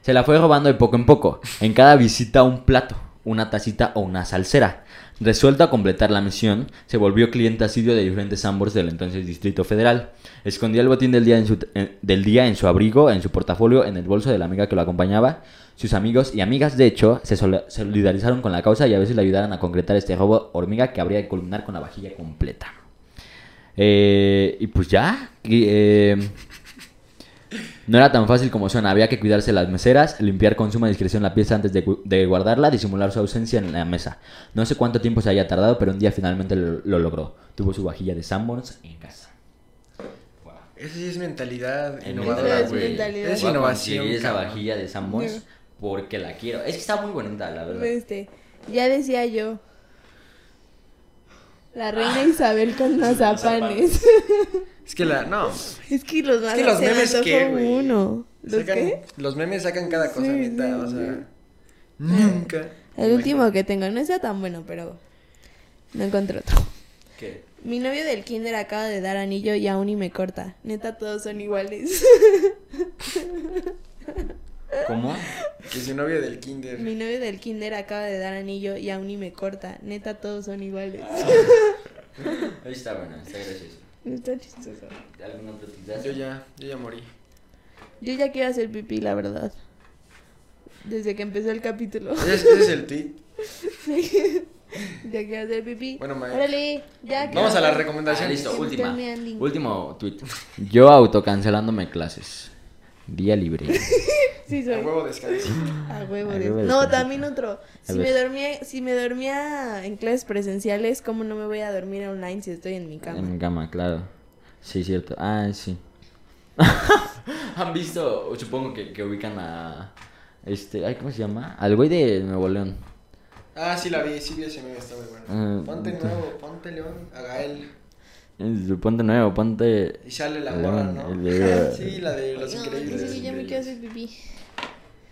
Se la fue robando de poco en poco. En cada visita un plato, una tacita o una salsera. Resuelto a completar la misión, se volvió cliente asiduo de diferentes Sanborns del entonces Distrito Federal. Escondía el botín del día, en su, en- del día en su abrigo, en su portafolio, en el bolso de la amiga que lo acompañaba. Sus amigos y amigas, de hecho, se sol- solidarizaron con la causa y a veces le ayudaron a concretar este robo hormiga que habría de culminar con la vajilla completa. Eh, y pues ya. y, eh, no era tan fácil como suena, había que cuidarse las meseras, limpiar con suma discreción la pieza antes de, gu- de guardarla, disimular su ausencia en la mesa. No sé cuánto tiempo se haya tardado, pero un día finalmente lo, lo logró. Tuvo su vajilla de Sanborns en casa.
Esa sí es mentalidad
En
innovadora,
neta,
es
güey.
mentalidad.
Es
Voy a
innovación.
conseguir esa
cabrón.
vajilla de Sanborns
No.
porque la quiero. Es que está muy bonita, la verdad.
Este, ya decía yo. La reina Isabel con
Ah,
mazapanes.
Es que la. No.
es que los más
que los memes, ¿qué, güey?
uno. ¿Los
sacan-
qué?
los memes sacan cada cosa,
Sí,
neta.
sí,
o sea.
sí.
Nunca.
El último que tengo. No está tan bueno, pero no encontré otro.
¿Qué?
Mi novio del kinder acaba de dar anillo y aún y me corta. Neta, todos son iguales.
¿Cómo?
Que su novio del kinder.
Mi novio del kinder acaba de dar anillo y aún y me corta. Neta, todos son iguales.
Ahí está bueno, está gracioso.
Está chistoso.
¿Alguna otra tita?
Yo ya, yo ya morí.
Yo ya quiero hacer pipí, la verdad. Desde que empezó el capítulo.
Ese es, ese es el tweet.
ya quiero hacer pipí.
Bueno, Maya.
Órale, ya
Vamos
que-
a la
Ah,
recomendación.
listo,
Sí,
última.
también ending.
Último tweet. Yo autocancelándome clases. Día libre.
Sí,
A
soy.
huevo descalzo.
A huevo.
A
de-
huevo de
No,
estar-
también otro.
A
Si me,
ver.
dormía, si me dormía en clases presenciales, ¿cómo no me voy a dormir online si estoy en mi
En
cama?
mi cama, claro. Sí, cierto. Ah, sí. Han visto, supongo que, que ubican a. Este, ay, ¿cómo se llama? Al güey de Nuevo León.
Ah, sí la vi, sí vi ese meme, está muy
Ah,
bueno. Ponte
tú.
nuevo, ponte león, a Gael.
Es de Ponte nuevo, ponte.
Y sale la
El
morra,
león,
¿no?
Mm, el de-
sí, la de los
No,
increíbles.
sí, sí, ya me quiero hacer pipí.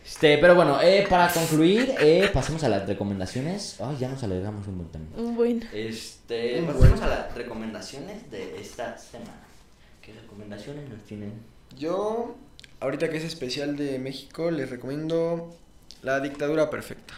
Este, pero bueno, eh, para concluir, eh, pasemos a las recomendaciones. Ay, ya nos alegramos un montón.
Un buen.
Este,
Muy
pasemos
bueno.
a las recomendaciones de esta semana. ¿Qué recomendaciones nos tienen?
Yo, ahorita que es especial de México, les recomiendo La Dictadura Perfecta,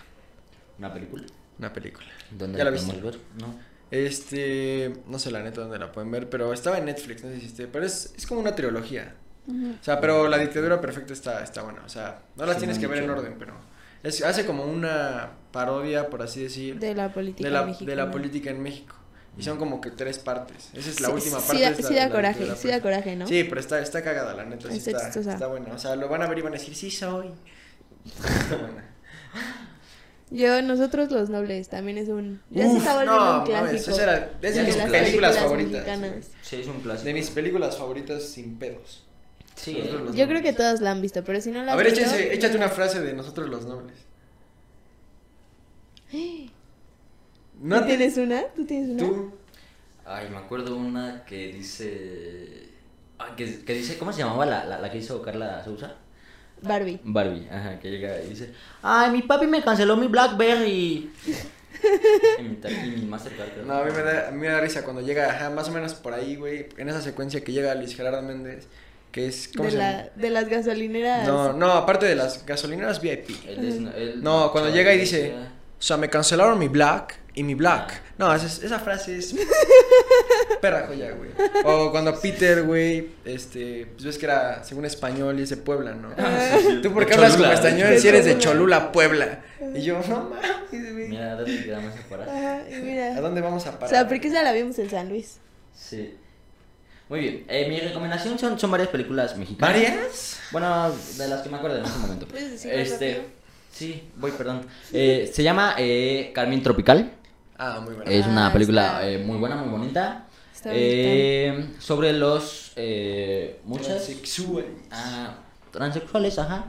Una película.
una película.
¿Dónde
¿Ya la
podemos
viste?
ver? No.
Este, no sé la neta dónde la pueden ver, pero estaba en Netflix, no sé si esté, pero es, es como una trilogía. O sea, pero La Dictadura Perfecta está, está buena, o sea, no las
Sí,
tienes
me
que
han
ver en
dicho.
orden, pero es, hace como una parodia, por así decir,
De la política
de la, de
mexicana.
la política en México. Y son como que tres partes. Esa es la
Sí,
última
sí,
parte.
sí da-
es la
sí
de
da
la
coraje,
dictadura
sí da
perfecta.
coraje, ¿no?
Sí, pero está, está cagada, la neta. sí
Está
está,
chistosa.
está buena. O sea, lo van a ver y van a decir, sí, soy. Está buena.
Yo, nosotros los nobles, también es un. Ya se
Uf,
está volviendo
no,
un
mames,
clásico.
esa era- es
de mis
las
películas
favoritas,
mexicanas.
Sí, es un clásico.
De mis películas favoritas sin pedos.
Sí,
Nosotros
eh.
los
Yo
nobles.
creo que todas la han visto, pero si no la
A
han
ver,
visto.
échase- échate una frase de nosotros los nobles.
¿Tú
No te-
tienes una? ¿Tú tienes una?
Tú.
Ay, me acuerdo una que dice. ah, que, que dice, ¿cómo se llamaba la, la, la que hizo Carla Sousa?
Barbie.
Barbie, ajá, que llega y dice: Ay, mi papi me canceló mi Blackberry. y, mi, tar- y mi Mastercard. creo.
No, a mí me da, a mí me da risa cuando llega, ajá, más o menos por ahí, güey, en esa secuencia que llega Luis Gerardo Méndez, que es, ¿cómo
De,
se
la, de las gasolineras.
No, no, aparte de las gasolineras VIP.
Él es- él-
No, cuando llega y dice,
decía,
o sea, me cancelaron mi black y mi black. No, esa, es- esa frase es perra joya, güey. O cuando Peter, güey, este, pues ves que era según español y es de Puebla, ¿no?
Ah,
Ah, ¿Tú por qué
De
hablas
Cholula.
como español
De
si eres de
Cholula.
Cholula, Puebla? Y yo, no mames, güey.
Mira, ¿dónde quedamos a parar?
Ajá, y
¿A
mira.
dónde vamos a
O
parar?
sea, porque esa la vimos en San Luis.
Sí. Muy bien, eh, mi recomendación son, son varias películas mexicanas.
¿Varias?
Bueno, de las que me acuerdo en este momento.
¿Puedes decir más rápido?
Este, sí, voy, perdón. Eh, se llama eh, Carmen Tropical.
Ah, muy buena.
Es una
Ah,
película
está.
eh, muy buena, muy bonita.
Está
Eh, sobre los eh, muchas
Transexual.
ah, transexuales, ajá.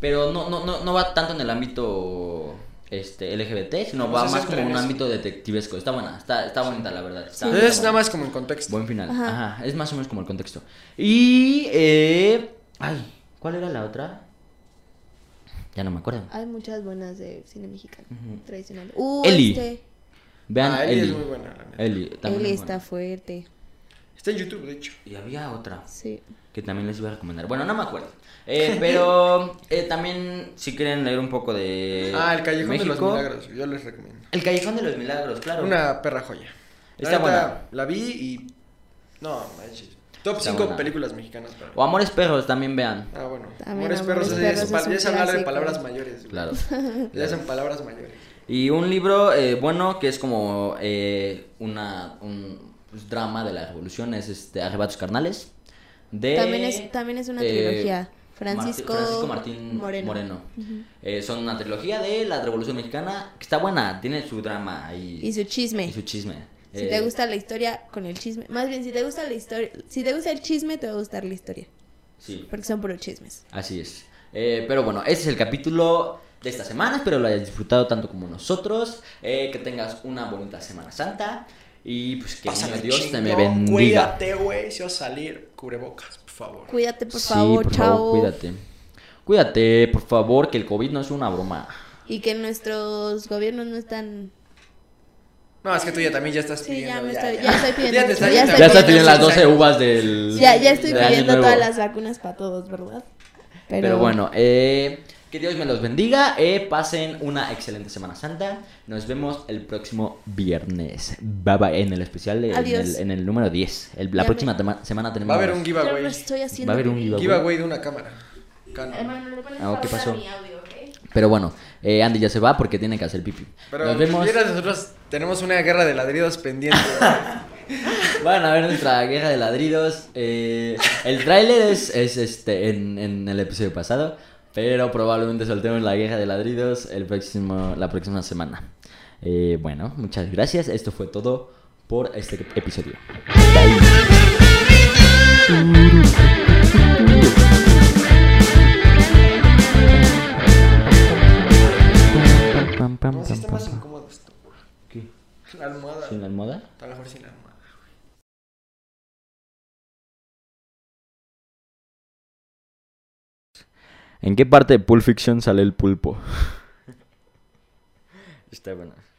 Pero no, no, no, no va tanto en el ámbito este LGBT, sino
No
va
se
más
centra
como un
en eso.
ámbito detectivesco. Está buena, está, está bonita la verdad. Está- está
Entonces,
buena.
nada más como en contexto.
Buen final.
Ajá.
Ajá. Es más o menos como el contexto. Y. eh, ay, ¿cuál era la otra? Ya no me acuerdo.
Hay muchas buenas de cine mexicano
Ujú.
tradicional. Uh,
Eli.
este.
Vean,
Ah, Eli
Eli.
es muy buena, la neta.
Eli, también
Eli
es
está
buena.
fuerte.
Está en YouTube, de hecho.
Y había otra
Sí.
que también les iba a recomendar. Bueno, no me acuerdo. Eh, pero eh, también, si quieren leer un poco de.
ah, El Callejón de
Eh, México.
los Milagros. Yo les recomiendo.
El Callejón de los Milagros, claro.
Una perra joya. La
Está
neta,
buena.
La vi y. No, manches. Top
Está
5
buena.
películas mexicanas para mí.
O Amores Perros, también vean.
Ah, bueno.
También
Amores
Amores
Perros, es-
Perros es
pa-
un
ya es hablar de
clásico.
palabras mayores. güey.
Claro.
Ya son palabras mayores.
Y un libro eh, bueno que es como eh, una, un pues, drama de la revolución es este Arrebatos Carnales. De,
También es- también es una trilogía. Francisco
Martí- Francisco Martín Moreno.
Moreno.
Eh, son una trilogía de la revolución mexicana que está buena, tiene su drama y,
Y su chisme.
y su chisme.
Si
Eh,
te gusta la historia con el chisme. Más bien, si te gusta la historia. Si te gusta el chisme, te va a gustar la historia.
Sí,
Porque son puros chismes.
así es. Eh, pero bueno, ese es el capítulo de esta semana. Espero lo hayas disfrutado tanto como nosotros. Eh, que tengas una bonita Semana Santa. Y pues que
Pásala
Dios te me
chingón,
bendiga.
Cuídate, güey. Si vas a salir, cubrebocas, por favor.
Cuídate, por
Sí,
favor,
por
chao.
favor, cuídate. Cuídate, por favor, que el COVID no es una broma.
Y que nuestros gobiernos no están.
No, es que tú ya también ya estás
Sí,
pidiendo.
ya me estoy- ya estoy pidiendo
te
mucho,
estás-
ya
te
estoy
Ya
estás
está tienen las
pidiendo
12
sus
uvas del.
Ya, ya estoy
del año
pidiendo
nuevo.
todas las vacunas para todos, ¿verdad?
Pero, bueno, eh, que Dios me los bendiga. eh, pasen una excelente Semana Santa. Nos vemos el próximo viernes. Bye bye. En el especial, en, el,
Adiós.
en el número 10. El- la
Ya
próxima
me-
tema- semana
años.
tenemos.
Va a haber un
Yo no
giveaway.
lo estoy haciendo.
haber un
bien.
giveaway.
Giveaway de una cámara. Canon.
Hermano, ¿le pones
Ah, ¿qué
pausa a
pasó?
mi audio, ok?
Pero bueno, eh, Andy ya se va porque tiene que hacer pipi.
Pero
nos vemos.
mira, nosotros tenemos una guerra de ladridos pendiente.
Van a ver nuestra guerra de ladridos. eh, el tráiler es, es este en, en el episodio pasado, pero probablemente soltemos la guerra de ladridos el próximo, la próxima semana. Eh, bueno, muchas gracias. Esto fue todo por este episodio. Pam, pam,
No, sí
pam,
está
pam,
más
pam.
incómodo esto.
¿Qué?
La almohada.
¿Sin la almohada?
Está mejor sin la almohada.
¿En qué parte de Pulp Fiction sale el pulpo? Está bueno.